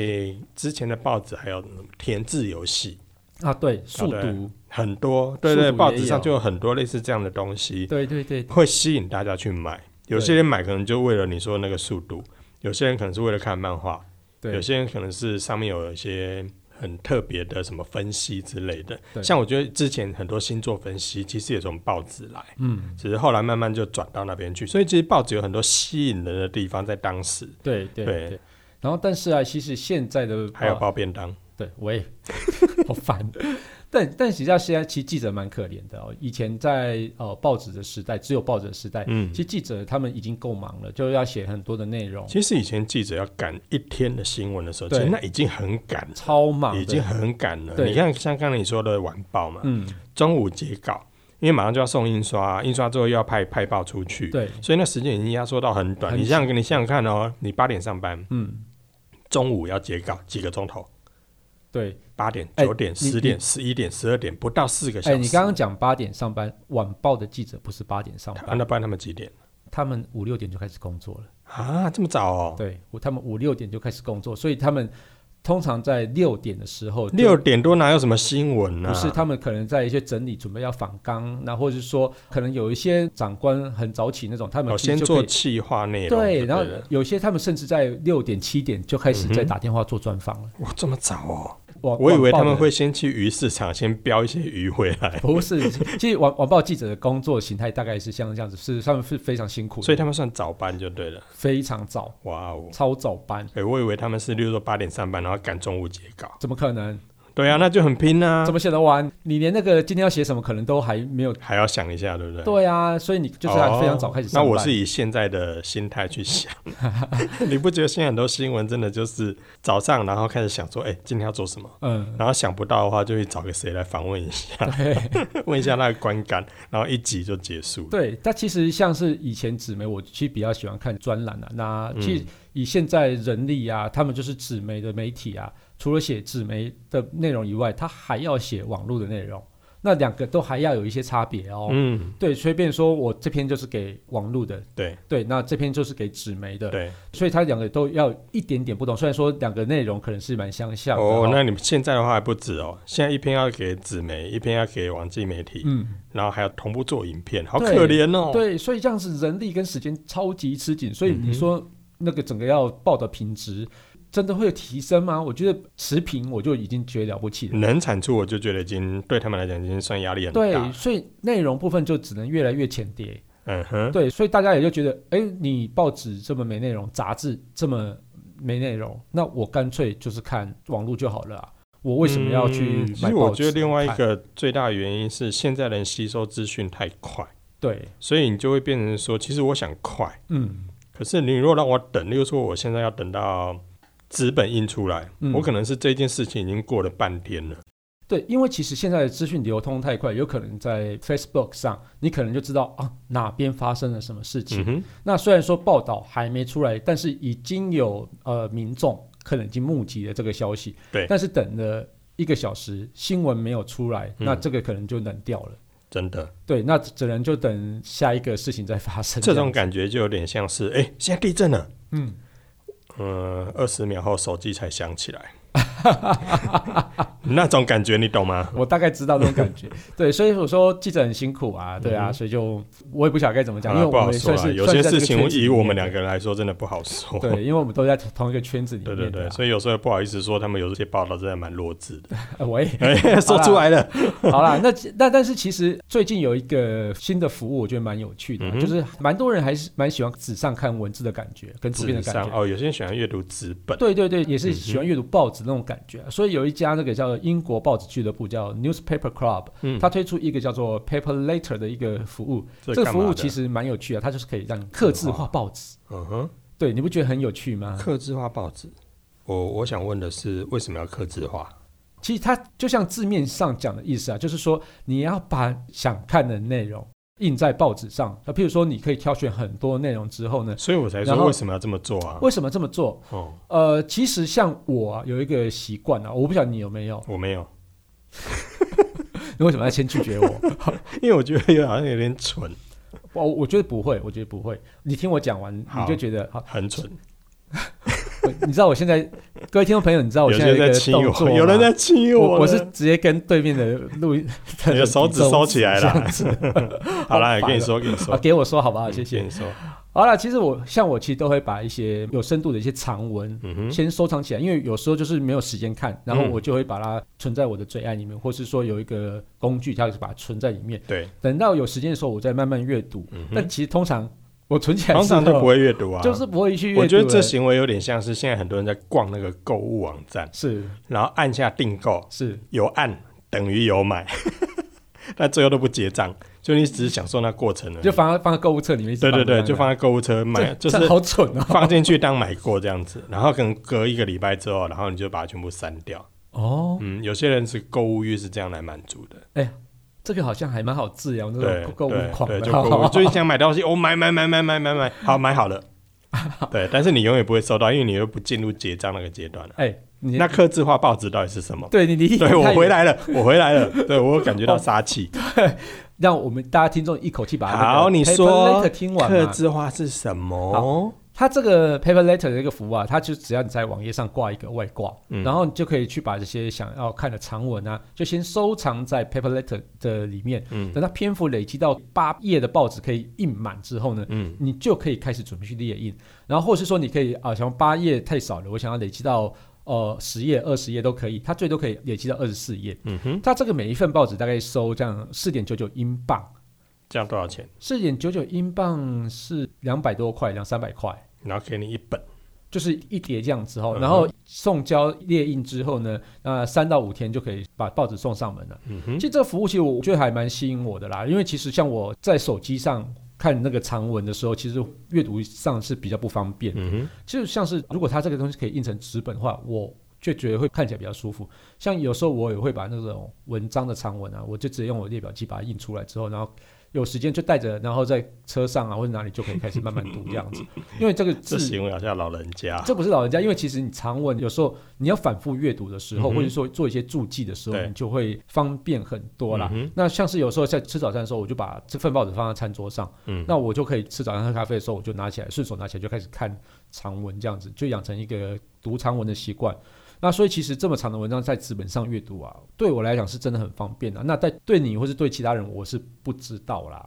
Speaker 2: 之前的报纸还有嗯填字游戏，
Speaker 1: 啊，对，速
Speaker 2: 对
Speaker 1: 读，
Speaker 2: 很多，对
Speaker 1: 速
Speaker 2: 对，
Speaker 1: 读
Speaker 2: 报
Speaker 1: 也
Speaker 2: 纸上
Speaker 1: 有
Speaker 2: 就有很多类似这样的东西，
Speaker 1: 对对对，
Speaker 2: 会吸引大家去买。有些
Speaker 1: 对
Speaker 2: 人买可能就为了你说的那个速度，有些人可能是为了看漫画，有
Speaker 1: 对，
Speaker 2: 些人可能是上面有一些很特别的什么分析之类的。
Speaker 1: 对
Speaker 2: 像我觉得之前很多星座分析其实也从报纸来，
Speaker 1: 嗯，
Speaker 2: 只是后来慢慢就转到那边去。所以其实报纸有很多吸引人的地方，在当时
Speaker 1: 对对
Speaker 2: 对
Speaker 1: 对。然后，但是啊，其实现在的
Speaker 2: 还有
Speaker 1: 报
Speaker 2: 包便当。
Speaker 1: 对，我也好烦。 <laughs> 但但实际上，现在其实记者蛮可怜的哦。以前在呃报纸的时代，只有报纸的时代，
Speaker 2: 嗯
Speaker 1: 其，实记者他们已经够忙了，就要写很多的内容，
Speaker 2: 其实以前记者要赶一天的新闻的时候，其
Speaker 1: 对
Speaker 2: 实那已经很赶了。
Speaker 1: 超忙的，
Speaker 2: 已经很赶了。
Speaker 1: 对
Speaker 2: 你看，像刚才你说的晚报嘛，
Speaker 1: 嗯，
Speaker 2: 中午截稿，因为马上就要送印刷，印刷之后又要派派报出去，
Speaker 1: 对，
Speaker 2: 所以那时间已经压缩到很短。
Speaker 1: 很
Speaker 2: 你想想，你想想看哦，你八点上班，
Speaker 1: 嗯，
Speaker 2: 中午要截稿几个钟头？
Speaker 1: 对。
Speaker 2: 八点、
Speaker 1: 哎
Speaker 2: 九点、
Speaker 1: 你
Speaker 2: 十点、十一点、十二点，不到四个小
Speaker 1: 哎，
Speaker 2: 时。
Speaker 1: 你刚刚讲八点上班，晚报的记者不是八点上
Speaker 2: 啊，
Speaker 1: 班，
Speaker 2: 那不然他们几点
Speaker 1: 他们五六点就开始工作了。
Speaker 2: 啊？这么早哦？
Speaker 1: 对，我他们五六点就开始工作，所以他们通常在六点的时候就
Speaker 2: 六点多哪有什么新闻啊哦呢、
Speaker 1: 不是，他们可能在一些整理，准备要访纲，那或者是说，可能有一些长官很早起那种，他们
Speaker 2: 哦，
Speaker 1: 其实
Speaker 2: 先
Speaker 1: 就可
Speaker 2: 做
Speaker 1: 以
Speaker 2: 企划内容就
Speaker 1: 对，
Speaker 2: 对了。
Speaker 1: 然后有些他们甚至在六点七点就开始在
Speaker 2: 嗯哼
Speaker 1: 打电话做专访了。
Speaker 2: 哇，这么早哦！
Speaker 1: 我
Speaker 2: 我以为他们会先去鱼市场，先标一些鱼回来。
Speaker 1: <laughs> 不是，其实网网报记者的工作形态大概是像这样子，是他们是非常辛苦的，
Speaker 2: 所以他们算早班就对了。
Speaker 1: 非常早，
Speaker 2: 哇哦！
Speaker 1: 超早班，
Speaker 2: 哎、我以为他们是，例如说八点上班，然后赶中午截稿。
Speaker 1: 怎么可能？
Speaker 2: 对啊，那就很拼啊
Speaker 1: 怎，么写得完？你连那个今天要写什么可能都还没有。
Speaker 2: 还要想一下，对不对？，哦
Speaker 1: 对啊，所以你就是还非常早开始上
Speaker 2: 那
Speaker 1: 班。
Speaker 2: 我是以现在的心态去想， <laughs> 你不觉得现在很多新闻真的就是早上，然后开始想说，哎、今天要做什么？
Speaker 1: 嗯，
Speaker 2: 然后想不到的话，就去找个谁来访问一下，
Speaker 1: 对。
Speaker 2: 问一下那个观感，然后一集就结束了。
Speaker 1: 对，但其实像是以前纸媒，我其实比较喜欢看专栏啊。那
Speaker 2: 嗯
Speaker 1: 其实以现在人力啊，他们就是纸媒的媒体啊，除了写纸媒的内容以外，他还要写网络的内容。那两个都还要有一些差别哦。
Speaker 2: 嗯，
Speaker 1: 对，随便说，我这篇就是给网络的，
Speaker 2: 对
Speaker 1: 对，那这篇就是给纸媒的，
Speaker 2: 对。
Speaker 1: 所以它两个都要一点点不同。虽然说两个内容可能是蛮相像的
Speaker 2: 哦，那你们现在的话还不止哦，现在一篇要给纸媒，一篇要给网际媒体，
Speaker 1: 嗯，
Speaker 2: 然后还要同步做影片，好
Speaker 1: 对
Speaker 2: 可怜哦。
Speaker 1: 对，所以这样子人力跟时间超级吃紧，所以
Speaker 2: 嗯哼
Speaker 1: 你说那个整个要报的品质，真的会有提升吗？我觉得持平我就已经觉得了不起了。
Speaker 2: 能产出，我就觉得已经对他们来讲已经算压嗯力很
Speaker 1: 对，
Speaker 2: 大。
Speaker 1: 所以内容部分就只能越来越浅碟。
Speaker 2: 嗯哼，
Speaker 1: 对，所以大家也就觉得，哎，你报纸这么没内容，杂志这么没内容，那我干脆就是看网络就好了、啊。我为什么要去
Speaker 2: 嗯其
Speaker 1: 买
Speaker 2: 实
Speaker 1: 报
Speaker 2: 我
Speaker 1: 纸看？
Speaker 2: 觉得另外一个最大的原因是现在人吸收资讯太快，
Speaker 1: 对，
Speaker 2: 所以你就会变成说，其实我想快，
Speaker 1: 嗯，
Speaker 2: 可是你如果让我等，例如说我现在要等到纸本印出来，
Speaker 1: 嗯
Speaker 2: 我可能是这件事情已经过了半天了。
Speaker 1: 对，因为其实现在的资讯流通太快，有可能在 Facebook 上，你可能就知道啊哪边发生了什么事情。
Speaker 2: 嗯哼，
Speaker 1: 那虽然说报道还没出来，但是已经有呃民众可能已经募集了这个消息。
Speaker 2: 对
Speaker 1: 但是等了一个小时，新闻没有出来，
Speaker 2: 嗯
Speaker 1: 那这个可能就冷掉了。
Speaker 2: 真的，
Speaker 1: 对，那只能就等下一个事情再发生。
Speaker 2: 这种
Speaker 1: 样子
Speaker 2: 感觉就有点像是，哎、现在地震了，
Speaker 1: 嗯，
Speaker 2: 嗯，二十秒后手机才响
Speaker 1: <laughs>
Speaker 2: 起来，那种感觉你懂吗？
Speaker 1: 我大概知道那种感
Speaker 2: <laughs>
Speaker 1: 觉。对，所以我说记者很辛苦啊，对啊，
Speaker 2: 嗯
Speaker 1: 所以就我也不晓得该怎么讲，
Speaker 2: 好
Speaker 1: 因为我
Speaker 2: 啦不好
Speaker 1: 们
Speaker 2: 说
Speaker 1: 算
Speaker 2: 啦，
Speaker 1: 是
Speaker 2: 有些事情以我们两
Speaker 1: 个。
Speaker 2: 个人来说，真的不好说。
Speaker 1: 对，因为我们都在同一个圈子里
Speaker 2: <laughs> 对
Speaker 1: 面、
Speaker 2: 哦
Speaker 1: 啊
Speaker 2: 对对，所以有时候不好意思说，他们有些报道真的蛮弱智
Speaker 1: <laughs>
Speaker 2: 的，
Speaker 1: 以、呃、我也
Speaker 2: 哎说出
Speaker 1: <laughs>
Speaker 2: 来了。
Speaker 1: 好啦，那那但是其实最近有一个新的服务，我觉得蛮有趣的啊、
Speaker 2: 嗯哼
Speaker 1: 就是蛮多人还是蛮喜欢纸上看文字的感觉，跟图片
Speaker 2: 纸
Speaker 1: 的感
Speaker 2: 上
Speaker 1: 觉。
Speaker 2: 哦，有嗯些人喜欢阅读纸本，
Speaker 1: 对对对，也是喜欢阅读报纸那种感觉啊、所以有一家那个叫英国报纸俱乐部叫 Newspaper Club，、
Speaker 2: 嗯
Speaker 1: 它推出一个叫做 Paper Later 的一个服务。这个
Speaker 2: 干
Speaker 1: 服
Speaker 2: 嘛
Speaker 1: 务
Speaker 2: 的
Speaker 1: 其，实蛮有趣的，啊它就是可以让你刻字化报纸。
Speaker 2: 嗯哼，
Speaker 1: 对，你不觉得很有趣吗？
Speaker 2: 刻字化报纸。我我想问的是，为什么要刻字化？
Speaker 1: 其实它就像字面上讲的意思啊，就是说你要把想看的内容印在报纸上。那譬如说，你可以挑选很多内容之后呢，
Speaker 2: 所以我才
Speaker 1: 然
Speaker 2: 说
Speaker 1: 后
Speaker 2: 为什么要这么做啊？
Speaker 1: 为什么这么做？
Speaker 2: 哦，
Speaker 1: 呃，其实像我啊，有一个习惯啊，我不晓得你有没有， <laughs>
Speaker 2: 我没有，
Speaker 1: 你为什么要先拒绝我？ <laughs>
Speaker 2: 因为我觉得好像有点蠢，
Speaker 1: 我我觉得不会，我觉得不会。你听我讲完，
Speaker 2: 好
Speaker 1: 你就觉得好。
Speaker 2: 很蠢。
Speaker 1: 你知道我现在，各位听众朋友，你知道
Speaker 2: 有
Speaker 1: 哦我现在
Speaker 2: 些
Speaker 1: 的
Speaker 2: 在
Speaker 1: 一
Speaker 2: 亲
Speaker 1: 个动作
Speaker 2: 我，
Speaker 1: 吗
Speaker 2: 有人在亲
Speaker 1: 我，
Speaker 2: 我
Speaker 1: 我
Speaker 2: 了
Speaker 1: 是直接跟对面的录音，
Speaker 2: 你的手指收起
Speaker 1: <laughs>
Speaker 2: 来了。 <laughs> 好啦，
Speaker 1: 好烦
Speaker 2: 跟你说，跟你说
Speaker 1: 啊，，给我说好不好？谢谢
Speaker 2: 跟。你说，
Speaker 1: 好了，其实我像我其实都会把一些有深度的一些长文。
Speaker 2: 嗯哼，
Speaker 1: 先收藏起来，因为有时候就是没有时间看，然后
Speaker 2: 嗯
Speaker 1: 我就会把它存在我的最爱里面，或是说有一个工具，它就是把它存在里面。
Speaker 2: 对，
Speaker 1: 等到有时间的时候，我再慢慢阅读。
Speaker 2: 嗯
Speaker 1: 但
Speaker 2: 哼，
Speaker 1: 其实通常我存起来
Speaker 2: 通
Speaker 1: 之后，
Speaker 2: 常都不会阅读啊，
Speaker 1: 就是不会去阅读了。
Speaker 2: 我觉得这行为有点像是现在很多人在逛那个购物网站，
Speaker 1: 是
Speaker 2: 然后按下订购，
Speaker 1: 是
Speaker 2: 有按等于有买， <laughs> 但最后都不结账，就你只是享受那过程而已。
Speaker 1: 就放在放在购物车里面一直
Speaker 2: 对
Speaker 1: 放着
Speaker 2: 对
Speaker 1: 这
Speaker 2: 对，
Speaker 1: 样子，
Speaker 2: 就放在购物车买，
Speaker 1: 这
Speaker 2: 就是
Speaker 1: 这好蠢哦。
Speaker 2: 放进去当买过这样子，然后可能隔一个礼拜之后，然后你就把它全部删掉。
Speaker 1: 哦，
Speaker 2: 嗯，有些人是购物欲是这样来满足的，
Speaker 1: 这个好像还蛮好治疗那
Speaker 2: 对
Speaker 1: 种购物
Speaker 2: 对
Speaker 1: 狂
Speaker 2: 对，
Speaker 1: 的，
Speaker 2: 就购物，就是想买东西，哦，买买买买买买买，好
Speaker 1: <laughs>
Speaker 2: 买好了。对，但是你永远不会收到，因为你又不进入结账那个阶段了。
Speaker 1: 哎，你
Speaker 2: 那刻字化报纸到底是
Speaker 1: <laughs>
Speaker 2: 什么？
Speaker 1: 对你理解
Speaker 2: 对我
Speaker 1: 太哦
Speaker 2: 回来了，我回来了，对我有感觉到杀气。
Speaker 1: 让我们大家听众一口气把那个
Speaker 2: 好你
Speaker 1: paper
Speaker 2: 说
Speaker 1: letter 听完
Speaker 2: 刻
Speaker 1: 嘛。
Speaker 2: 字化是什么？
Speaker 1: 它这个 paper letter 的一个服务啊，它就只要你在网页上挂一个外挂，
Speaker 2: 嗯
Speaker 1: 然后你就可以去把这些想要看的长文啊，就先收藏在 paper letter 的里面。
Speaker 2: 嗯
Speaker 1: 等它篇幅累积到八页的报纸可以印满之后呢，
Speaker 2: 嗯
Speaker 1: 你就可以开始准备去列印。然后或是说你可以啊，想八页太少了，我想要累积到呃十页、二十页都可以，它最多可以累积到二十四页。
Speaker 2: 嗯哼，
Speaker 1: 它这个每一份报纸大概收这样四点九九英镑，
Speaker 2: 这样多少钱？
Speaker 1: 四点九九英镑是两百多块，两三百块，
Speaker 2: 然后给你一本，
Speaker 1: 就是一叠这样之
Speaker 2: 嗯
Speaker 1: 后，
Speaker 2: 哼
Speaker 1: 然后送交列印之后呢，那三到五天就可以把报纸送上门了。
Speaker 2: 嗯
Speaker 1: 其
Speaker 2: 哼，
Speaker 1: 实这个服务其实我觉得还蛮吸引我的啦，因为其实像我在手机上看那个长文的时候，其实阅读上是比较不方便。
Speaker 2: 嗯哼，
Speaker 1: 就像是如果它这个东西可以印成纸本的话，我就觉得会看起来比较舒服。像有时候我也会把那种文章的长文啊，我就直接用我列表机把它印出来之后，然后有时间就带着，然后在车上啊或者哪里就可以开始慢慢读这样
Speaker 2: <laughs>
Speaker 1: 子。因为这个
Speaker 2: 这
Speaker 1: 字
Speaker 2: 行为好像老人家。
Speaker 1: 这不是老人家，因为其实你长文有时候你要反复阅读的时候，
Speaker 2: 嗯哼
Speaker 1: 或者说做一些注记的时候，
Speaker 2: 对
Speaker 1: 你就会方便很多啦。
Speaker 2: 嗯哼
Speaker 1: 那像是有时候在吃早餐的时候，我就把这份报纸放在餐桌上，
Speaker 2: 嗯
Speaker 1: 那我就可以吃早餐喝咖啡的时候，我就拿起来，顺手拿起来就开始看长文，这样子就养成一个读长文的习惯。那所以其实这么长的文章在纸本上阅读啊，对我来讲是真的很方便的、那在对你或是对其他人，我是不知道啦。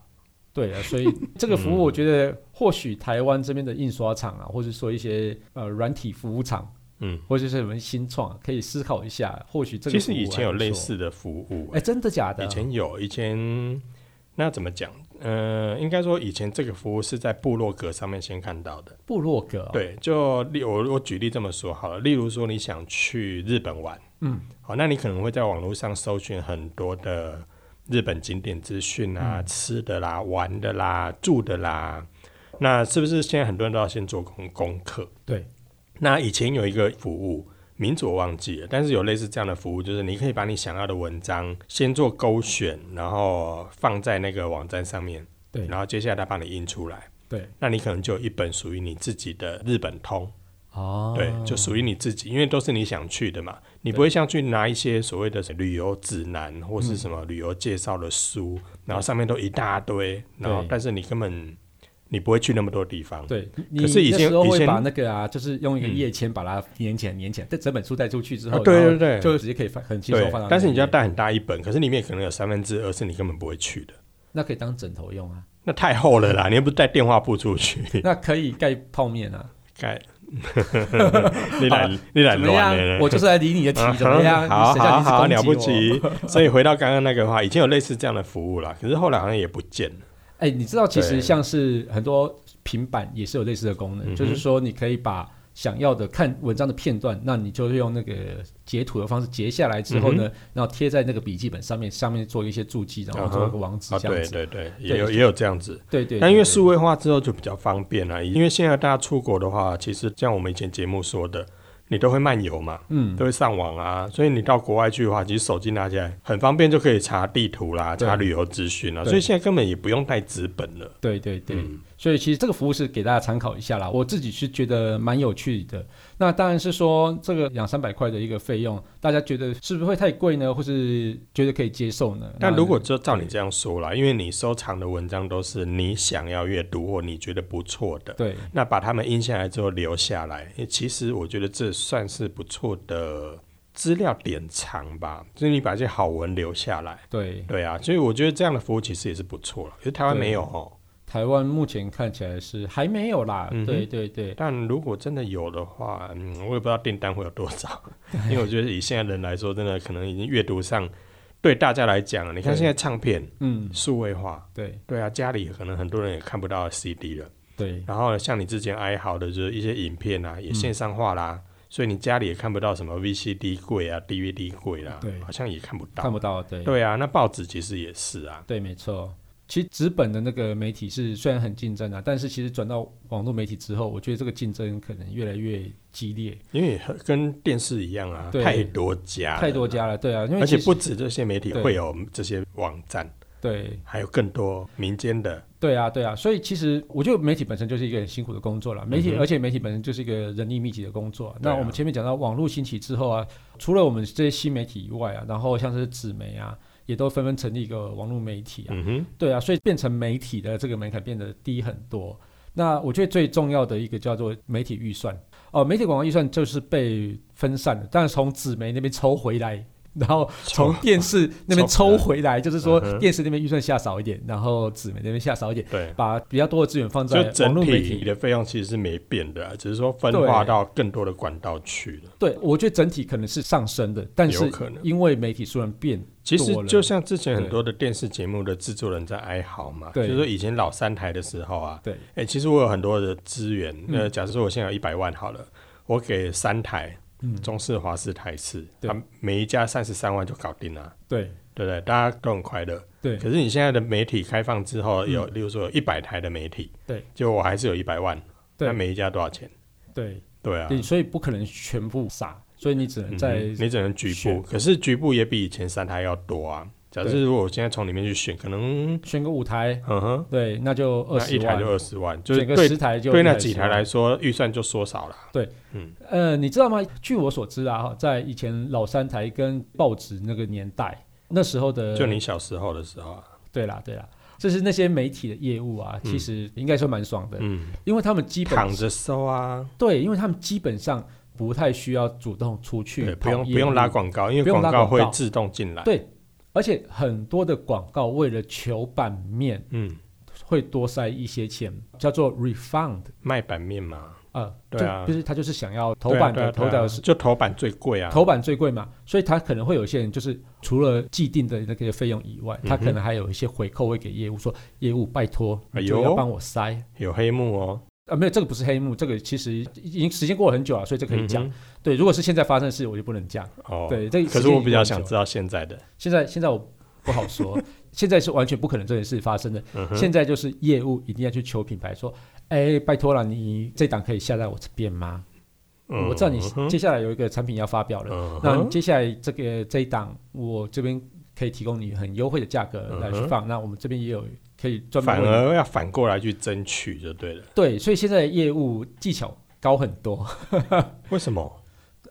Speaker 1: 对啊，
Speaker 2: <laughs>
Speaker 1: 所以这个服务，
Speaker 2: 嗯
Speaker 1: 我觉得或许台湾这边的印刷厂啊，或者说一些呃软体服务厂，
Speaker 2: 嗯，
Speaker 1: 或者是什么新创啊，可以思考一下。或许这个
Speaker 2: 其实
Speaker 1: 服务
Speaker 2: 以前有
Speaker 1: 还不错
Speaker 2: 类，似的服务啊
Speaker 1: 哎，，真的假的？
Speaker 2: 以前有，以前那怎么讲？呃，应该说以前这个服务是在部落格上面先看到的。
Speaker 1: 部落格哦，
Speaker 2: 对，就例我我举例这么说好了，例如说你想去日本玩，
Speaker 1: 嗯，
Speaker 2: 好，那你可能会在网络上搜寻很多的日本景点资讯
Speaker 1: 嗯
Speaker 2: 啊、吃的啦、玩的啦、住的啦。那是不是现在很多人都要先做功功课？
Speaker 1: 对，
Speaker 2: 那以前有一个服务，名字我忘记了，但是有类似这样的服务，就是你可以把你想要的文章先做勾选，然后放在那个网站上面，
Speaker 1: 对
Speaker 2: 然后接下来它帮你印出来。
Speaker 1: 对
Speaker 2: 那你可能就有一本属于你自己的日本通，
Speaker 1: 哦，
Speaker 2: 对，就属于你自己，因为都是你想去的嘛，你不会像去拿一些所谓的旅游指南或是什么旅游介绍的书，然后上面都一大堆，然后
Speaker 1: 对
Speaker 2: 但是你根本你不会去那么多地方，
Speaker 1: 对，你
Speaker 2: 可是以
Speaker 1: 那
Speaker 2: 前
Speaker 1: 时候
Speaker 2: 以
Speaker 1: 会
Speaker 2: 前
Speaker 1: 把那个啊，就是用一个
Speaker 2: 嗯
Speaker 1: 页签把它粘起来，粘起来。这整本书带出去之
Speaker 2: 啊
Speaker 1: 后，
Speaker 2: 对
Speaker 1: 然后
Speaker 2: 对对
Speaker 1: 就直接可以放很轻松
Speaker 2: 对
Speaker 1: 放到。
Speaker 2: 但是你就要，带很大一本，可是里面可能有三分之二是你根本不会去的，
Speaker 1: 那可以当枕头用啊，
Speaker 2: 那太厚了啦，你又不是带电话簿出
Speaker 1: <laughs>
Speaker 2: 去，
Speaker 1: 那可以盖泡面啊。
Speaker 2: 该 <laughs> 你懒你懒
Speaker 1: 怎么
Speaker 2: 乱
Speaker 1: 样
Speaker 2: 了，？
Speaker 1: 我就是来理你的题，怎么样？
Speaker 2: 好
Speaker 1: 你谁叫
Speaker 2: 好
Speaker 1: 你是
Speaker 2: 好，
Speaker 1: 攻击
Speaker 2: 了不
Speaker 1: 我。
Speaker 2: 起。所以回到刚刚那个话，以前有类似这样的服务啦，可是后来好像也不见了。
Speaker 1: 哎，你知道其
Speaker 2: 对
Speaker 1: 实像是很多平板也是有类似的功
Speaker 2: 嗯哼
Speaker 1: 能，就是说你可以把。想要的看文章的片段，那你就是用那个截图的方式截下来之后
Speaker 2: 嗯
Speaker 1: 呢，然后贴在那个笔记本上面，上面做一些注记，然后做一个网址
Speaker 2: 啊，
Speaker 1: 这样
Speaker 2: 对
Speaker 1: 子。
Speaker 2: 对对，也有也有这样子。
Speaker 1: 对对对。
Speaker 2: 但因为
Speaker 1: 对
Speaker 2: 数位啊化之后就比较方便啦，因为现在大家出国的话，其实像我们以前节目说的，你都会漫游嘛，
Speaker 1: 嗯
Speaker 2: 都会上网啊，所以你到国外去的话，其实手机拿起来很方便，就可以查地图啦，
Speaker 1: 对
Speaker 2: 查旅游资讯啦，
Speaker 1: 对
Speaker 2: 所以现在根本也不用带纸本了。
Speaker 1: 对对对，
Speaker 2: 嗯
Speaker 1: 所以其实这个服务是给大家参考一下啦。我自己是觉得蛮有趣的。那当然是说这个两三百块的一个费用，大家觉得是不是会太贵呢？或是觉得可以接受呢？
Speaker 2: 但
Speaker 1: 那
Speaker 2: 如果就照你这样说啦，因为你收藏的文章都是你想要阅读或你觉得不错的，
Speaker 1: 对
Speaker 2: 那把它们印下来之后留下来，诶其实我觉得这算是不错的资料典藏吧，就是你把这些好文留下来。
Speaker 1: 对，
Speaker 2: 对啊，所以我觉得这样的服务其实也是不错了，可是台湾
Speaker 1: 对
Speaker 2: 没有哦。
Speaker 1: 台湾目前看起来是还没有啦。
Speaker 2: 嗯哼
Speaker 1: 对对对，
Speaker 2: 但如果真的有的话，嗯，我也不知道订单会有
Speaker 1: <laughs>
Speaker 2: 多少，因为我觉得以现在人来说，真的可能已经阅读上对大家来讲，你看
Speaker 1: 对
Speaker 2: 现在唱片
Speaker 1: 嗯，
Speaker 2: 数位化，
Speaker 1: 对
Speaker 2: 对啊，家里可能很多人也看不到 CD 了。
Speaker 1: 对
Speaker 2: 然后像你之前哀嚎的，就是一些影片
Speaker 1: 嗯
Speaker 2: 啊，也线上化啦，所以你家里也看不到什么 VCD 柜啊、DVD 柜啦、
Speaker 1: 对
Speaker 2: 好像也看不到。
Speaker 1: 看不到，对
Speaker 2: 对啊，那报纸其实也是啊，
Speaker 1: 对，没错。其实纸本的那个媒体是虽然很竞争啊，但是其实转到网络媒体之后，我觉得这个竞争可能越来越激烈，
Speaker 2: 因为很跟电视一样啊，
Speaker 1: 对
Speaker 2: 太多家了
Speaker 1: 太多家了，对啊，因为
Speaker 2: 而且
Speaker 1: 其实
Speaker 2: 不止这些媒体
Speaker 1: 对
Speaker 2: 会有这些网站，
Speaker 1: 对
Speaker 2: 还有更多民间的。
Speaker 1: 对啊，对啊，所以其实我觉得媒体本身就是一个很辛苦的工作了。媒体，
Speaker 2: 嗯哼
Speaker 1: 而且媒体本身就是一个人力密集的工作啊、
Speaker 2: 对
Speaker 1: 那
Speaker 2: 啊
Speaker 1: 我们前面讲到网络兴起之后啊，除了我们这些新媒体以外啊，然后像是纸媒啊，也都纷纷成立一个网络媒体啊。
Speaker 2: 嗯哼，
Speaker 1: 对啊，所以变成媒体的这个门槛变得低很多。那我觉得最重要的一个叫做媒体预算哦、媒体广告预算就是被分散的，但是从纸媒那边抽回来，然后从电视那边
Speaker 2: 抽回
Speaker 1: 抽
Speaker 2: 来
Speaker 1: 回来，就是说
Speaker 2: 嗯哼
Speaker 1: 电视那边预算下少一点，然后纸媒那边下少一点，
Speaker 2: 对，
Speaker 1: 把比较多的资源放在
Speaker 2: 就
Speaker 1: 网
Speaker 2: 整
Speaker 1: 络媒
Speaker 2: 体
Speaker 1: 体。
Speaker 2: 的费用其实是没变的啊、只是说分
Speaker 1: 对
Speaker 2: 化到更多的管道去了。
Speaker 1: 对，我觉得整体可能是上升的，但
Speaker 2: 有
Speaker 1: 是
Speaker 2: 可能
Speaker 1: 因为媒体数量变，
Speaker 2: 其实
Speaker 1: 多了
Speaker 2: 就像之前很多的电视节目的制作人在哀嚎嘛，就
Speaker 1: 对
Speaker 2: 是说以前老三台的时候啊，
Speaker 1: 对
Speaker 2: 哎、其实我有很多的资源，
Speaker 1: 嗯
Speaker 2: 呃，假设说我现在有一百万好了，我给三台，
Speaker 1: 嗯
Speaker 2: 中视、华视、台视，
Speaker 1: 对
Speaker 2: 啊，每一家三十三万就搞定了，
Speaker 1: 对
Speaker 2: 对不对？大家都很快乐。
Speaker 1: 对嗯
Speaker 2: 可是你现在的媒体开放之后，有、例如说有一百台的媒体，
Speaker 1: 对，
Speaker 2: 就我还是有一百万，
Speaker 1: 对
Speaker 2: 那每一家多少钱？
Speaker 1: 对
Speaker 2: 对啊，
Speaker 1: 对，所以不可能全部撒，所以你只能
Speaker 2: 嗯
Speaker 1: 在、
Speaker 2: 你只能局部，
Speaker 1: 选
Speaker 2: 可是局部也比以前三台要多啊。假设
Speaker 1: 对
Speaker 2: 如果我现在从里面去选，可能
Speaker 1: 选个舞台，
Speaker 2: 嗯哼，
Speaker 1: 对，那就二
Speaker 2: 那
Speaker 1: 十
Speaker 2: 一台
Speaker 1: 万
Speaker 2: 就，二十万，就是
Speaker 1: 整个
Speaker 2: 对
Speaker 1: 十台就
Speaker 2: 对那
Speaker 1: 20
Speaker 2: 几台
Speaker 1: 万
Speaker 2: 来说，预算就缩少了。
Speaker 1: 呃，你知道吗？据我所知啊，哈，在以前老三台跟报纸那个年代，那时候的
Speaker 2: 就你小时候的时候啊，
Speaker 1: 对啦对啦，就是那些媒体的业务啊，
Speaker 2: 嗯
Speaker 1: 其实应该说蛮爽的，
Speaker 2: 嗯，
Speaker 1: 因为他们基本
Speaker 2: 躺着收啊，
Speaker 1: 对，因为他们基本上不太需要主动出去
Speaker 2: 对，
Speaker 1: 跑业
Speaker 2: 不
Speaker 1: 务，
Speaker 2: 用不用拉广告，因
Speaker 1: 不
Speaker 2: 为
Speaker 1: 用
Speaker 2: 广
Speaker 1: 拉
Speaker 2: 告
Speaker 1: 广
Speaker 2: 会
Speaker 1: 告
Speaker 2: 自动进来。
Speaker 1: 对，而且很多的广告为了求版面，
Speaker 2: 嗯，
Speaker 1: 会多塞一些钱，叫做 refund，
Speaker 2: 卖版面嘛，
Speaker 1: 呃，
Speaker 2: 对啊
Speaker 1: 就就是他就是想要头
Speaker 2: 对啊
Speaker 1: 版
Speaker 2: 对
Speaker 1: 的
Speaker 2: 啊
Speaker 1: 头
Speaker 2: 对啊
Speaker 1: 版的是
Speaker 2: 就头版最贵啊，
Speaker 1: 头版最贵嘛，所以他可能会有一些人就是除了既定的那个费用以外，他
Speaker 2: 嗯哼
Speaker 1: 可能还有一些回扣会给业务说，业务拜托，
Speaker 2: 哎
Speaker 1: 你
Speaker 2: 呦
Speaker 1: 就要帮我塞。
Speaker 2: 有黑幕哦，
Speaker 1: 啊，没有，这个不是黑幕，这个其实已经时间过了很久了，所以这可以讲。
Speaker 2: 嗯
Speaker 1: 对，如果是现在发生的事，我就不能讲。
Speaker 2: 哼哦。
Speaker 1: 对，这
Speaker 2: 可是我比较想
Speaker 1: 知。
Speaker 2: 知道现在的，
Speaker 1: 现在现在我不好说，现在是完全不可能这件事发生的。
Speaker 2: 嗯哼，
Speaker 1: 现在就是业务一定要去求品牌说，哎，拜托了，你这档可以下在我这边吗？我知道你
Speaker 2: 嗯哼
Speaker 1: 接下来有一个产品要发表了，
Speaker 2: 嗯
Speaker 1: 那
Speaker 2: 哼
Speaker 1: 接下来这个这一档我这边可以提供你很优惠的价格来去放，那我们这边也有可以专门
Speaker 2: 嗯反
Speaker 1: 为你
Speaker 2: 而要反过来去争取就对了。
Speaker 1: 对，所以现在的业务技巧高很多，
Speaker 2: 为什么？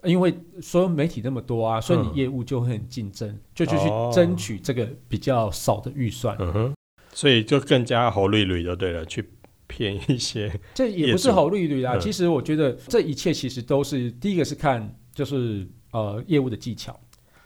Speaker 1: 因为所有媒体那么多啊，所以
Speaker 2: 嗯
Speaker 1: 你业务就会很竞争，就就去
Speaker 2: 哦
Speaker 1: 争取这个比较少的预算。
Speaker 2: 嗯哼，所以就更加红绿绿就对了，去骗一些。
Speaker 1: 这也不
Speaker 2: 业
Speaker 1: 是
Speaker 2: 主
Speaker 1: 好利率啦。
Speaker 2: 嗯
Speaker 1: 其实我觉得这一切其实都是第一个是看就是呃业务的技巧，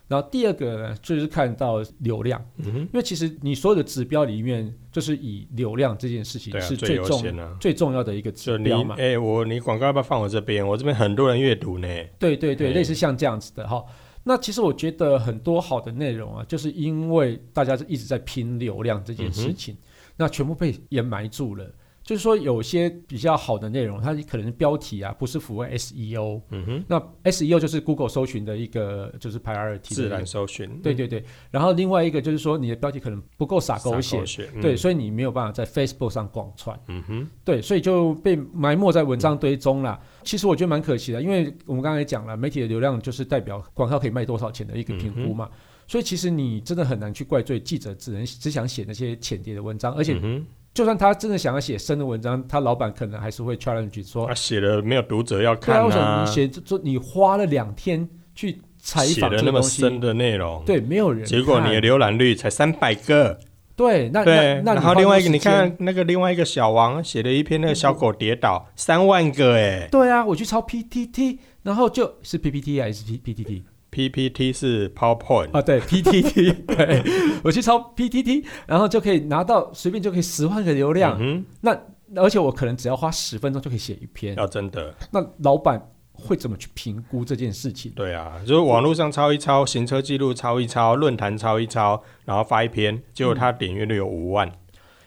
Speaker 1: 然后第二个呢就是看到流量，
Speaker 2: 嗯哼，
Speaker 1: 因为其实你所有的指标里面，就是以流量这件事情
Speaker 2: <laughs> 对啊，
Speaker 1: 是
Speaker 2: 最
Speaker 1: 最
Speaker 2: 优
Speaker 1: 重、
Speaker 2: 先啊。
Speaker 1: 最重要的一个
Speaker 2: 就
Speaker 1: 指
Speaker 2: 你
Speaker 1: 标嘛。
Speaker 2: 哎、我你广告要不要放我这边？我这边很多人阅读呢。
Speaker 1: 对对对，
Speaker 2: 哎
Speaker 1: 类似像这样子的哈。那其实我觉得很多好的内容啊，就是
Speaker 2: 嗯
Speaker 1: 因为大家是一直在拼流量这件事情，那全部被掩埋住了。就是说有些比较好的内容，它可能标题啊不是符合 SEO，
Speaker 2: 嗯哼，
Speaker 1: 那 SEO 就是 Google 搜寻的一个就是 priority
Speaker 2: 自
Speaker 1: 的一个
Speaker 2: 然搜寻，
Speaker 1: 对对对，然后另外一个就是说你的标题可能不够洒狗血，
Speaker 2: 血，
Speaker 1: 对，
Speaker 2: 嗯，
Speaker 1: 所以你没有办法在 Facebook 上广传，
Speaker 2: 嗯哼，
Speaker 1: 对，所以就被埋没在文章堆中
Speaker 2: 嗯
Speaker 1: 啦。其实我觉得蛮可惜的，因为我们刚才也讲了，媒体的流量就是代表广告可以卖多少钱的一个评估嘛。
Speaker 2: 嗯
Speaker 1: 所以其实你真的很难去怪罪记者，只能只想写那些浅碟的文章，而且
Speaker 2: 嗯哼
Speaker 1: 就算他真的想要写深的文章，他老板可能还是会 challenge 说，
Speaker 2: 啊，写了没有读者要
Speaker 1: 对
Speaker 2: 看
Speaker 1: 啊，为什么你写这这你花了两天去采
Speaker 2: 写
Speaker 1: 访
Speaker 2: 的
Speaker 1: 这
Speaker 2: 那
Speaker 1: 个
Speaker 2: 么
Speaker 1: 东西
Speaker 2: 深，的内容，，
Speaker 1: 对，没有人看，
Speaker 2: 结果你的浏览率才三百个，
Speaker 1: 对，那
Speaker 2: 对，
Speaker 1: 那那
Speaker 2: 然
Speaker 1: 你花
Speaker 2: 后另外
Speaker 1: 多
Speaker 2: 一个，你
Speaker 1: 时间
Speaker 2: 看那个另外一个小王写了一篇那个小狗跌倒，三万个哎
Speaker 1: 对啊，我去抄 PTT，然后就是 PPT 还是 P PTT
Speaker 2: ，PPT 是 PowerPoint，
Speaker 1: 啊？对 PTT，对 <laughs> 我去抄 PTT，然后就可以拿到随便就可以十万个流量，
Speaker 2: 嗯
Speaker 1: 而且我可能只要花十分钟就可以写一篇
Speaker 2: 哼，。要真的，
Speaker 1: 那老板会怎么去评估这件事情？
Speaker 2: 对啊，就是网络上抄一抄，行车记录抄一抄，论坛抄一抄，然后发一篇，结果他点阅率有
Speaker 1: 嗯
Speaker 2: 五万。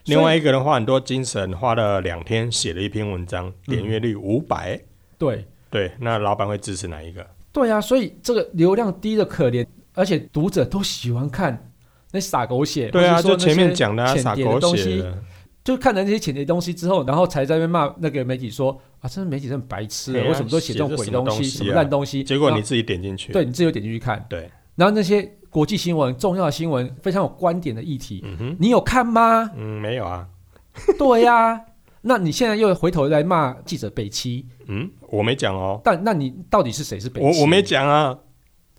Speaker 2: 另外一个人花很多精神，花了两天写了一篇文章，
Speaker 1: 嗯
Speaker 2: 点阅率五百、
Speaker 1: 对
Speaker 2: 对，那老板会支持哪一个？
Speaker 1: 对啊，所以这个流量低的可怜，而且读者都喜欢看那撒狗血。
Speaker 2: 对啊，
Speaker 1: 或是说那
Speaker 2: 就前面
Speaker 1: 些
Speaker 2: 讲的、啊、
Speaker 1: 浅
Speaker 2: 撒
Speaker 1: 碟的
Speaker 2: 狗
Speaker 1: 东
Speaker 2: 血
Speaker 1: 西
Speaker 2: 的，
Speaker 1: 就看了那些浅碟东西之后，然后才在那边骂那个媒体说啊，真的媒体真的白痴了，
Speaker 2: 对啊
Speaker 1: 为什么都写这种鬼东
Speaker 2: 写这什么东西啊
Speaker 1: 什么烂东西？
Speaker 2: 结果
Speaker 1: 然
Speaker 2: 你
Speaker 1: 后
Speaker 2: 自己点进去，
Speaker 1: 对你自己有点进去看，
Speaker 2: 对，
Speaker 1: 然后那些国际新闻、重要的新闻、非常有观点的议题，
Speaker 2: 嗯哼，？
Speaker 1: 你有看吗 <laughs>
Speaker 2: 嗯，没有啊，
Speaker 1: 对呀、那你现在又回头来骂记者北七，
Speaker 2: 嗯，我没讲哦，
Speaker 1: 但那你到底是谁是北七？
Speaker 2: 我我没，讲啊，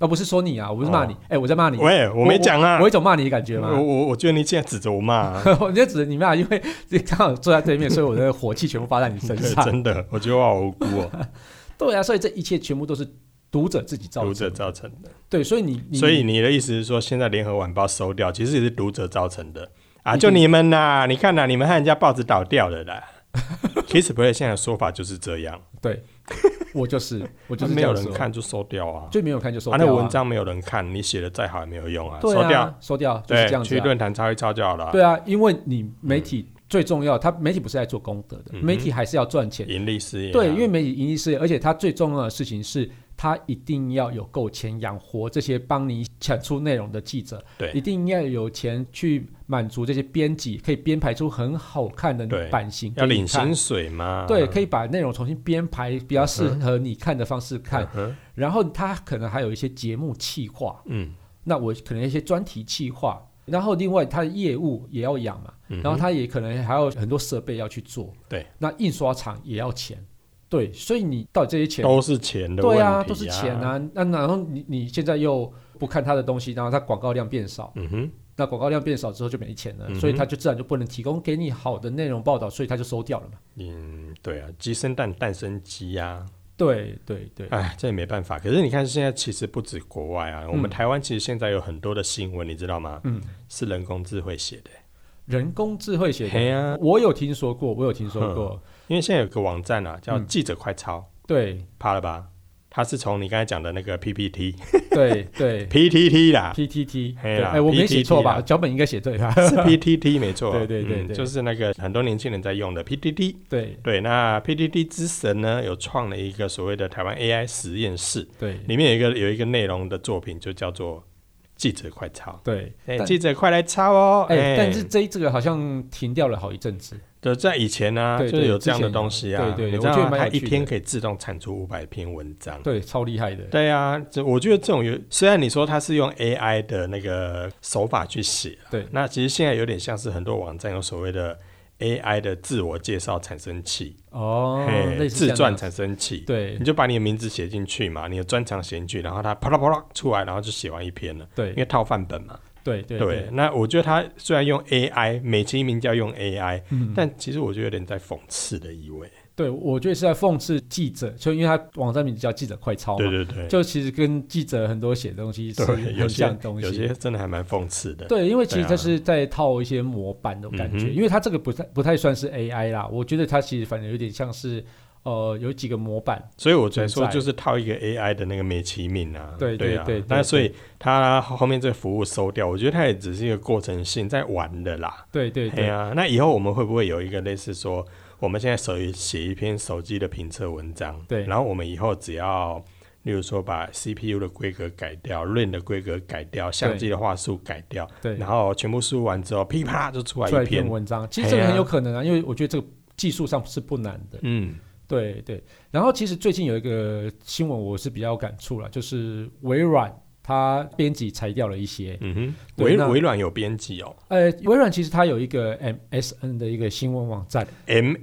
Speaker 1: 啊，不是说你啊，我不是骂你，哎、我在骂你，
Speaker 2: 喂，我没讲啊，
Speaker 1: 我有一种骂你的感觉
Speaker 2: 我
Speaker 1: 吗？，
Speaker 2: 我我觉得你现在指着我骂、啊
Speaker 1: <laughs> 我就指着你骂，因为你刚好坐在对面，所以我的火气全部发在你身
Speaker 2: 对
Speaker 1: 上。
Speaker 2: <laughs> 真的，我觉得我好无辜哦，
Speaker 1: 对啊，所以这一切全部都是读者自己 <laughs> 造
Speaker 2: 读
Speaker 1: 成的。
Speaker 2: 者造成的。
Speaker 1: 对，所以你，你
Speaker 2: 所以你的意思是说，现在联合晚报收掉，其实也是读者造成的啊？
Speaker 1: 一定
Speaker 2: 就你们呐，你看呐，你们害人家报纸倒掉
Speaker 1: <laughs>
Speaker 2: 了啦。Kissplay 现在的说法就是这样，
Speaker 1: 我就是我就是
Speaker 2: 啊没有
Speaker 1: 这样
Speaker 2: 人
Speaker 1: 说，
Speaker 2: 看就收掉啊，
Speaker 1: 最没有人看就收
Speaker 2: 啊，
Speaker 1: 掉、
Speaker 2: 那文章没有人看，你写的再好也没有用啊，
Speaker 1: 对
Speaker 2: 收掉。
Speaker 1: 啊，收掉，就是
Speaker 2: 对
Speaker 1: 这，样子、
Speaker 2: 去
Speaker 1: 啊。
Speaker 2: 论坛抄一抄就好了啊，嗯
Speaker 1: 对啊，因为你媒体最重要，它媒体不是在做功德的，
Speaker 2: 嗯哼
Speaker 1: 媒体还是要赚钱。
Speaker 2: 盈利事业啊。
Speaker 1: 对，因为媒体盈利事业，而且它最重要的事情是，它一定要有够钱养活这些帮你产出内容的记者，
Speaker 2: 对
Speaker 1: 一定要有钱去满足这些编辑，可以编排出很好看的
Speaker 2: 对
Speaker 1: 版型
Speaker 2: 要
Speaker 1: 给
Speaker 2: 领嗯
Speaker 1: 你看
Speaker 2: 薪。水嘛，
Speaker 1: 对，可
Speaker 2: 以
Speaker 1: 以把内容重新编排，比较适
Speaker 2: 嗯
Speaker 1: 合你看的方式看。然后它可能还有一些节目企划，
Speaker 2: 嗯，
Speaker 1: 那我可能一些专题企划，然后另外他的业务也要养嘛，
Speaker 2: 嗯哼
Speaker 1: 然后他也可能还有很多设备要去做，
Speaker 2: 对，
Speaker 1: 那印刷厂也要钱，对，所以你到底这些钱，
Speaker 2: 都是钱的
Speaker 1: 对
Speaker 2: 问题、
Speaker 1: 啊，都是钱。啊，那然后你你现在又不看他的东西，然后他广告量变少，
Speaker 2: 嗯哼，
Speaker 1: 那广告量变少之后就没钱了，
Speaker 2: 嗯哼
Speaker 1: 所以他就自然就不能提供给你好的内容报道，所以他就收掉了嘛，
Speaker 2: 嗯，对啊，鸡生蛋，蛋生鸡呀、
Speaker 1: 对对对
Speaker 2: <laughs> 啊，，哎，这也没办法。可是你看，现在其实不止国外啊，我们
Speaker 1: 嗯
Speaker 2: 台湾其实现在有很多的新闻，你知道吗？
Speaker 1: 嗯，
Speaker 2: 是人工智慧写的、
Speaker 1: 人工智慧写的，
Speaker 2: 嘿啊，
Speaker 1: 我有听说过，我有听说
Speaker 2: <laughs>
Speaker 1: 过，
Speaker 2: 因为现在有个网站啊，叫
Speaker 1: 嗯
Speaker 2: 记者快抄，
Speaker 1: 对
Speaker 2: 怕了吧？它是从你刚才讲的那个 PPT、
Speaker 1: 对对
Speaker 2: PTT
Speaker 1: <laughs>
Speaker 2: 啦，
Speaker 1: PTT，
Speaker 2: 啊嘿
Speaker 1: 对
Speaker 2: 啦
Speaker 1: 哎，我没写
Speaker 2: PTT
Speaker 1: 错吧？
Speaker 2: 啦
Speaker 1: 脚本应该写对吧？
Speaker 2: <laughs> 是 PTT 没错，
Speaker 1: 对对对
Speaker 2: 嗯
Speaker 1: 对
Speaker 2: 就是那个很多年轻人在用的 PTT。
Speaker 1: <laughs> 对
Speaker 2: 对，那 PTT 之神呢，有创了一个所谓的台湾 AI 实验室，
Speaker 1: 对
Speaker 2: 里面有一个有一个内容的作品，就叫做“记者快抄
Speaker 1: 对”，
Speaker 2: 哎、
Speaker 1: 但
Speaker 2: 记者快来抄哦！哎、
Speaker 1: 哎，但是这这个好像停掉了好一阵子。
Speaker 2: 就在以前呢、啊
Speaker 1: 对
Speaker 2: 就是
Speaker 1: 对
Speaker 2: 有这样的
Speaker 1: 之前有
Speaker 2: 东西啊，
Speaker 1: 对对对
Speaker 2: 你知道
Speaker 1: 我觉得
Speaker 2: 吗
Speaker 1: 蛮有
Speaker 2: 它一
Speaker 1: 趣的
Speaker 2: 天可以自动产出五百篇文章。
Speaker 1: 对，超厉害的。
Speaker 2: 对啊，这我觉得这种有，虽然你说它是用 AI 的那个手法去写，啊
Speaker 1: 对
Speaker 2: 那其实现在有点像是很多网站有所谓的 AI 的自我介绍产生器，
Speaker 1: 哦
Speaker 2: 嘿，
Speaker 1: 类似
Speaker 2: 自
Speaker 1: 这样
Speaker 2: 传
Speaker 1: 的
Speaker 2: 产生器，
Speaker 1: 对
Speaker 2: 你就把你的名字写进去嘛，你的专长写进去，然后他啪啦啪啦出来，然后就写完一篇了，因
Speaker 1: 对
Speaker 2: 为套范本嘛。
Speaker 1: 对对
Speaker 2: 对
Speaker 1: 对，，
Speaker 2: 那我觉得他虽然用 AI，美其名叫用 AI，
Speaker 1: 嗯，但
Speaker 2: 但其实我觉得有点在讽刺的意味。
Speaker 1: 对我觉得是在讽刺记者，就因为他网站名字叫记者快抄
Speaker 2: 对
Speaker 1: 嘛，
Speaker 2: 对对，
Speaker 1: 就其实跟记者很多写的东西哦是
Speaker 2: 对，有
Speaker 1: 很
Speaker 2: 些
Speaker 1: 像的东
Speaker 2: 有
Speaker 1: 西
Speaker 2: 些。真的还蛮讽刺的。
Speaker 1: 对，因为其
Speaker 2: 对
Speaker 1: 实
Speaker 2: 啊
Speaker 1: 这是在套一些模板的感觉，
Speaker 2: 嗯哼
Speaker 1: 因为它这个不太不太算是 AI 啦，我觉得它其实反正有点像是呃有几个模板，
Speaker 2: 所以我才说
Speaker 1: 存在
Speaker 2: 就是套一个 AI 的那个美其名啊。
Speaker 1: 对
Speaker 2: 对
Speaker 1: 对
Speaker 2: 啊
Speaker 1: 对对
Speaker 2: 那所以他后面这个服务收掉，我觉得它也只是一个过程性在玩的啦。
Speaker 1: 对对
Speaker 2: 对哎
Speaker 1: 对
Speaker 2: 啊，那以后我们会不会有一个类似说，我们现在手写一篇手机的评测文章，
Speaker 1: 对
Speaker 2: 然后我们以后只要，例如说把 CPU 的规格改掉，RAM 的规格改掉，相机的话术改掉，
Speaker 1: 对，
Speaker 2: 然后全部输入完之后，噼啪就出来
Speaker 1: 出来
Speaker 2: 一
Speaker 1: 一
Speaker 2: 篇
Speaker 1: 篇，文章，其实这
Speaker 2: 嘿
Speaker 1: 个
Speaker 2: 啊
Speaker 1: 很有可能啊，因为我觉得这个技术上是不难的。
Speaker 2: 嗯，
Speaker 1: 对对，然后其实最近有一个新闻我是比较有感触了，就是微软它编辑裁掉了一些，
Speaker 2: 嗯哼，
Speaker 1: 对
Speaker 2: 微
Speaker 1: 那
Speaker 2: 微软有编辑哦
Speaker 1: 呃，微软其实它有一个 MSN 的一个新闻网站，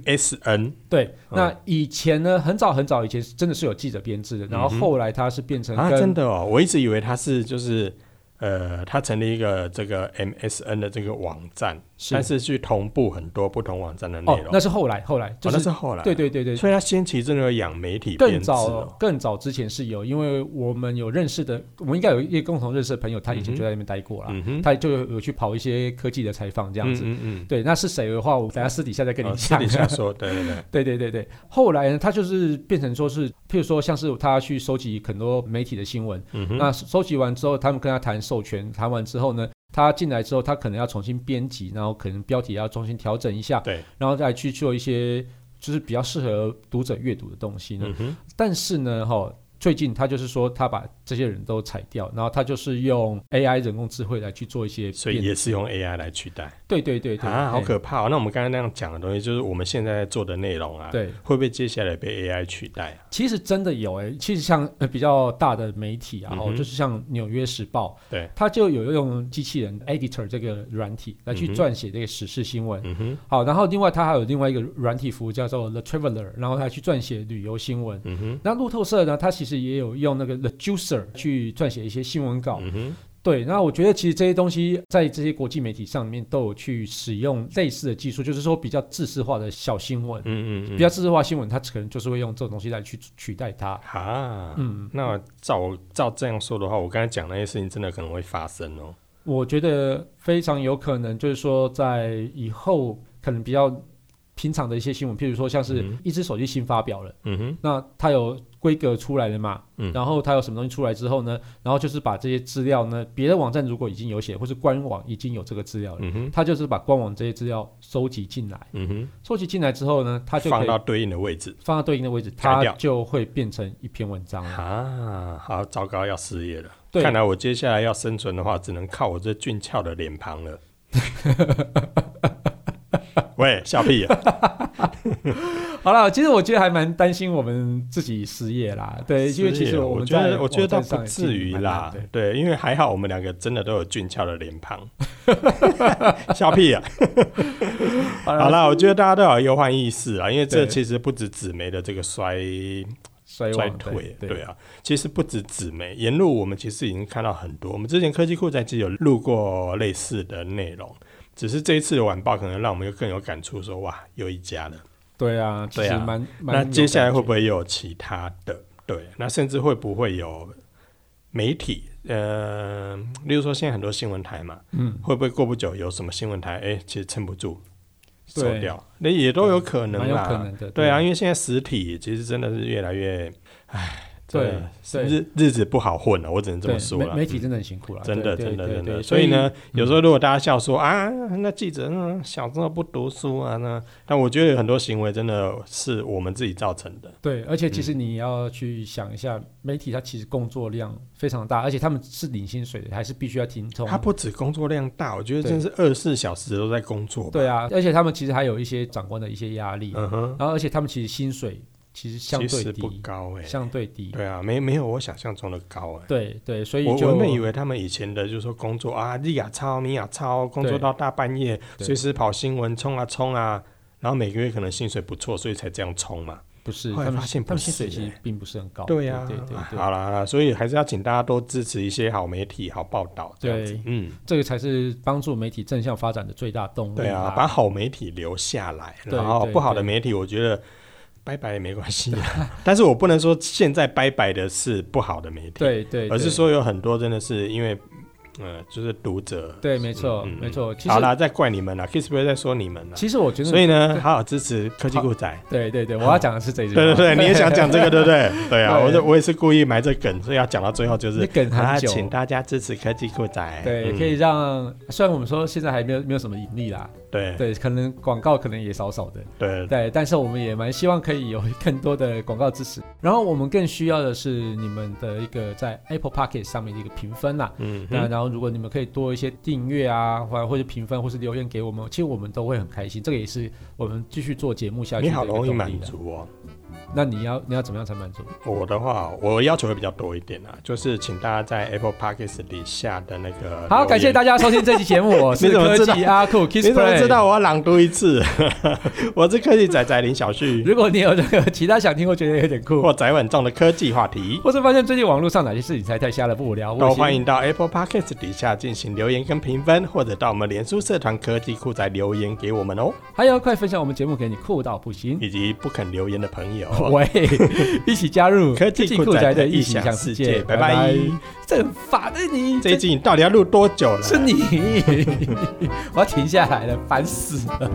Speaker 2: ，MSN，
Speaker 1: 对，
Speaker 2: 嗯
Speaker 1: 那以前呢，很早很早以前是真的是有记者编制的，然后
Speaker 2: 嗯哼
Speaker 1: 后来它是变成
Speaker 2: 啊，
Speaker 1: 跟
Speaker 2: 真的哦，我一直以为它是就是呃，它成立一个这个 MSN 的这个网站，
Speaker 1: 是
Speaker 2: 但是去同步很多不同网站的内
Speaker 1: 哦
Speaker 2: 容。，
Speaker 1: 那是后来后来就
Speaker 2: 哦
Speaker 1: 是,、
Speaker 2: 那是后来，
Speaker 1: 对，对对对，
Speaker 2: 所以它先期真的有养媒体
Speaker 1: 更
Speaker 2: 编制
Speaker 1: 早
Speaker 2: 哦。
Speaker 1: 更早之前是有，因为我们有认识的，我们应该有一个共同认识的朋友，他以前
Speaker 2: 嗯哼
Speaker 1: 就在那边待过啦，
Speaker 2: 嗯哼，
Speaker 1: 他就有有去跑一些科技的采访这
Speaker 2: 这
Speaker 1: 样子。
Speaker 2: 嗯嗯
Speaker 1: 对，那是谁的话，我等下私底下再跟
Speaker 2: 嗯，
Speaker 1: 你
Speaker 2: 哦私
Speaker 1: 讲。啊
Speaker 2: 底下说，对对对，
Speaker 1: <laughs> 对对对对，后来呢，他就是变成说是，譬如说像是他去收集很多媒体的新闻，
Speaker 2: 嗯哼，
Speaker 1: 那收集完之后，他们跟他谈授权，谈完之后呢，他进来之后，他可能要重新编辑，然后可能标题要重新调整一下，
Speaker 2: 对，
Speaker 1: 然后再去做一些就是比较适合读者阅读的东西呢。
Speaker 2: 嗯哼，
Speaker 1: 但是呢，哈、最近他就是说他把这些人都裁掉，然后他就是用 AI 人工智慧来去做一些
Speaker 2: 所以
Speaker 1: 编，
Speaker 2: 也是用 AI 来取代
Speaker 1: 对对对对，
Speaker 2: 啊，好
Speaker 1: 哎
Speaker 2: 可怕哦。那我们刚才那样讲的东西，就是我们现在在做的内容啊，，
Speaker 1: 对，
Speaker 2: 会不会接下来被 AI 取代啊？
Speaker 1: 其实真的有诶、其实像呃比较大的媒体啊，
Speaker 2: 嗯
Speaker 1: 哦、
Speaker 2: 哼
Speaker 1: 就是像《纽约时报》，
Speaker 2: 对，
Speaker 1: 它就有用机器人 editor 这个软体来去
Speaker 2: 嗯哼
Speaker 1: 撰写这个时事新闻。
Speaker 2: 嗯哼，
Speaker 1: 好，然后另外它还有另外一个软体服务叫做 The Traveler，然后它去撰写旅游新闻。
Speaker 2: 嗯哼，
Speaker 1: 那路透社呢，它其实也有用那个 The Juicer 去撰写一些新闻稿。
Speaker 2: 嗯哼，
Speaker 1: 对，那我觉得其实这些东西在这些国际媒体上面都有去使用类似的技术，就是说比较自私化的小新闻，
Speaker 2: 嗯嗯嗯，
Speaker 1: 比较自私化新闻，它可能就是会用这种东西来去取代它。
Speaker 2: 啊，
Speaker 1: 嗯，
Speaker 2: 那照我照这样说的话，我刚才讲那些事情真的可能会发生哦。
Speaker 1: 我觉得非常有可能，就是说在以后可能比较平常的一些新闻，譬如说像是
Speaker 2: 嗯
Speaker 1: 一只手机新发表了，
Speaker 2: 嗯哼，
Speaker 1: 那它有规格出来了嘛，
Speaker 2: 嗯
Speaker 1: 然后它有什么东西出来之后呢，然后就是把这些资料呢，别的网站如果已经有写，或是官网已经有这个资料了。
Speaker 2: 嗯哼，
Speaker 1: 它就是把官网这些资料收集进来，
Speaker 2: 嗯哼，
Speaker 1: 收集进来之后呢，它就可
Speaker 2: 放
Speaker 1: 以
Speaker 2: 到对应的位置
Speaker 1: 放到对应的位置，
Speaker 2: 改
Speaker 1: 它
Speaker 2: 掉
Speaker 1: 就会变成一篇文章了。
Speaker 2: 啊！好糟糕，要失业了。
Speaker 1: 对
Speaker 2: 看来我接下来要生存的话，只能靠我这俊俏的脸庞了。 <laughs> 喂，笑屁啊！
Speaker 1: 好了，其实我觉得还蛮担心我们自己失业啦， <laughs> 对，因为其
Speaker 2: 失
Speaker 1: 实
Speaker 2: 业
Speaker 1: 们
Speaker 2: 我觉
Speaker 1: 在
Speaker 2: 得我觉得倒
Speaker 1: 网站上
Speaker 2: 不
Speaker 1: 也
Speaker 2: 至
Speaker 1: 经
Speaker 2: 于啦
Speaker 1: 营蛮烂的，
Speaker 2: 对，因为还好我们两个真的都有俊俏的脸庞。 <laughs> 笑屁啊！
Speaker 1: 好
Speaker 2: 好
Speaker 1: 了，
Speaker 2: 啦，我觉得大家都要有忧患意识啊，因为这
Speaker 1: 对
Speaker 2: 其实不止纸媒的这个衰
Speaker 1: 衰
Speaker 2: 衰
Speaker 1: 亡
Speaker 2: 退，
Speaker 1: 对
Speaker 2: 对，啊，其实不止纸媒，沿路我们其实已经看到很多。我们之前科技酷宅其实有录过类似的内容，只是这一次的晚报可能让我们又更有感触说哇，又一家了。
Speaker 1: 对啊，其
Speaker 2: 对
Speaker 1: 实
Speaker 2: 啊
Speaker 1: 蛮蛮有
Speaker 2: 那
Speaker 1: 感觉。
Speaker 2: 接下来会不会又有其他的？对，那甚至会不会有媒体？呃，例如说现在很多新闻台嘛，
Speaker 1: 嗯，
Speaker 2: 会不会过不久有什么新闻台？哎、其实撑不住，收
Speaker 1: 对
Speaker 2: 掉，那也都有可能
Speaker 1: 蛮有
Speaker 2: 啦。
Speaker 1: 可能的？
Speaker 2: 对啊，因，为现在实体其实真的是越来越，唉，真的
Speaker 1: 对对
Speaker 2: 是日日子不好混啊了，我只能这
Speaker 1: 对
Speaker 2: 么说
Speaker 1: 媒
Speaker 2: 了。
Speaker 1: 媒体
Speaker 2: 嗯
Speaker 1: 真的很辛苦了，
Speaker 2: 真的
Speaker 1: 对
Speaker 2: 真的
Speaker 1: 对
Speaker 2: 真
Speaker 1: 对
Speaker 2: 的，
Speaker 1: 对
Speaker 2: 所以呢，
Speaker 1: 嗯
Speaker 2: 有时候如果大家笑说啊，那记者嗯小时候不读书啊，那但我觉得有很多行为真的是我们自己造成的。
Speaker 1: 对，而且其
Speaker 2: 嗯
Speaker 1: 实你要去想一下，媒体它其实工作量非常大，而且他们是领薪水的，还是必须要听从。
Speaker 2: 他不止工作量大，我觉得
Speaker 1: 对
Speaker 2: 真是二十四小时都在工作。
Speaker 1: 对，啊，而且他们其实还有一些长官的一些压力，
Speaker 2: 嗯哼，
Speaker 1: 然后而且他们其实薪水其实相
Speaker 2: 其
Speaker 1: 对
Speaker 2: 实不
Speaker 1: 低，
Speaker 2: 高哎，
Speaker 1: 相对低。
Speaker 2: 对啊，没没有我想象中的高哎。
Speaker 1: 对对，所以
Speaker 2: 我
Speaker 1: 就
Speaker 2: 我们以为他们以前的就是说工作啊，日亚超、米亚超，工作
Speaker 1: 对
Speaker 2: 到大半夜，
Speaker 1: 对
Speaker 2: 随时跑新闻，冲啊冲啊，然后每个月可能薪水不错，所以才这样冲嘛。
Speaker 1: 不是，
Speaker 2: 后来
Speaker 1: 他们
Speaker 2: 发现不
Speaker 1: 他们薪水
Speaker 2: 是
Speaker 1: 其实
Speaker 2: 欸
Speaker 1: 并不是很高。
Speaker 2: 呀、
Speaker 1: 对对
Speaker 2: 啊
Speaker 1: 对，
Speaker 2: 好啦好啦，所以还是要请大家多支持一些好媒体、好报道这样子
Speaker 1: 对。
Speaker 2: 嗯，
Speaker 1: 这个才是帮助媒体正向发展的最大动力。
Speaker 2: 对啊，把好媒体留下来，
Speaker 1: 对
Speaker 2: 然后
Speaker 1: 对
Speaker 2: 不好的
Speaker 1: 对
Speaker 2: 媒体，我觉得。拜拜也没关系啦， <laughs> 但是我不能说现在拜拜的是不好的媒体，
Speaker 1: 对对，
Speaker 2: 而是
Speaker 1: 对
Speaker 2: 说有很多真的是因为嗯，就是读者。
Speaker 1: 对，没错，
Speaker 2: 嗯嗯
Speaker 1: 没错。其实
Speaker 2: 好啦，再怪你们了，Kiss 不会再说你们了。
Speaker 1: 其实我觉得，
Speaker 2: 所以呢，好好支持科技酷仔。
Speaker 1: 对对对，我要讲的是这一句话。
Speaker 2: 对
Speaker 1: <laughs>
Speaker 2: 对对，你也想讲这个，对不对？对啊，
Speaker 1: 对
Speaker 2: 我就我也是故意埋这梗，所以要讲到最后就
Speaker 1: 你
Speaker 2: 是
Speaker 1: 梗
Speaker 2: 啊，
Speaker 1: 很久，
Speaker 2: 请大家支持科技酷仔。
Speaker 1: 对，
Speaker 2: 嗯
Speaker 1: 可以让。虽然我们说现在还没有没有什么盈利啦，
Speaker 2: 对
Speaker 1: 对，可能广告可能也少少的，
Speaker 2: 对
Speaker 1: 对，但是我们也蛮希望可以有更多的广告支持。然后我们更需要的是你们的一个在 Apple p o c k e t 上面的一个评分啦。
Speaker 2: 嗯
Speaker 1: 那
Speaker 2: 哼，
Speaker 1: 然后，如果你们可以多一些订阅啊，或或者评分，或是留言给我们，其实我们都会很开心。这个也是我们继续做节目下去
Speaker 2: 你
Speaker 1: 的一
Speaker 2: 好
Speaker 1: 个动
Speaker 2: 容
Speaker 1: 力
Speaker 2: 易
Speaker 1: 的。
Speaker 2: 满足哦。
Speaker 1: 那你要你要怎么样才满足？
Speaker 2: 我的话，我要求会比较多一点啊，就是请大家在 Apple Podcast 底下的那个
Speaker 1: 好，感谢
Speaker 2: 家。
Speaker 1: 大家收听这期节目，我是
Speaker 2: 你怎么
Speaker 1: 科
Speaker 2: 知道
Speaker 1: 技
Speaker 2: <laughs>
Speaker 1: 阿酷 Kiss
Speaker 2: 你怎么
Speaker 1: Play
Speaker 2: 知道我要朗读一次？ <laughs> 我是科技仔仔林
Speaker 1: <laughs>
Speaker 2: 小旭，
Speaker 1: 如果你有任何其他想听，我觉得有点酷，
Speaker 2: 或仔稳重的科技话题，
Speaker 1: 或是发现最近网络上哪些事情才太瞎了不无聊，我
Speaker 2: 都
Speaker 1: 也
Speaker 2: 欢迎到 Apple Podcast 底下进行留言跟评分，或者到我们脸书社团科技酷仔留言给我们哦，
Speaker 1: 还有快分享我们节目给你酷到不行，
Speaker 2: 以及不肯留言的朋友。
Speaker 1: <laughs> 喂，一起加入
Speaker 2: 科技酷仔的异
Speaker 1: 想
Speaker 2: 想世界，拜拜！
Speaker 1: 这很烦的你，
Speaker 2: 这一集你到底要录多久了？啊
Speaker 1: 是你， <laughs> 我要停下来了，烦死了。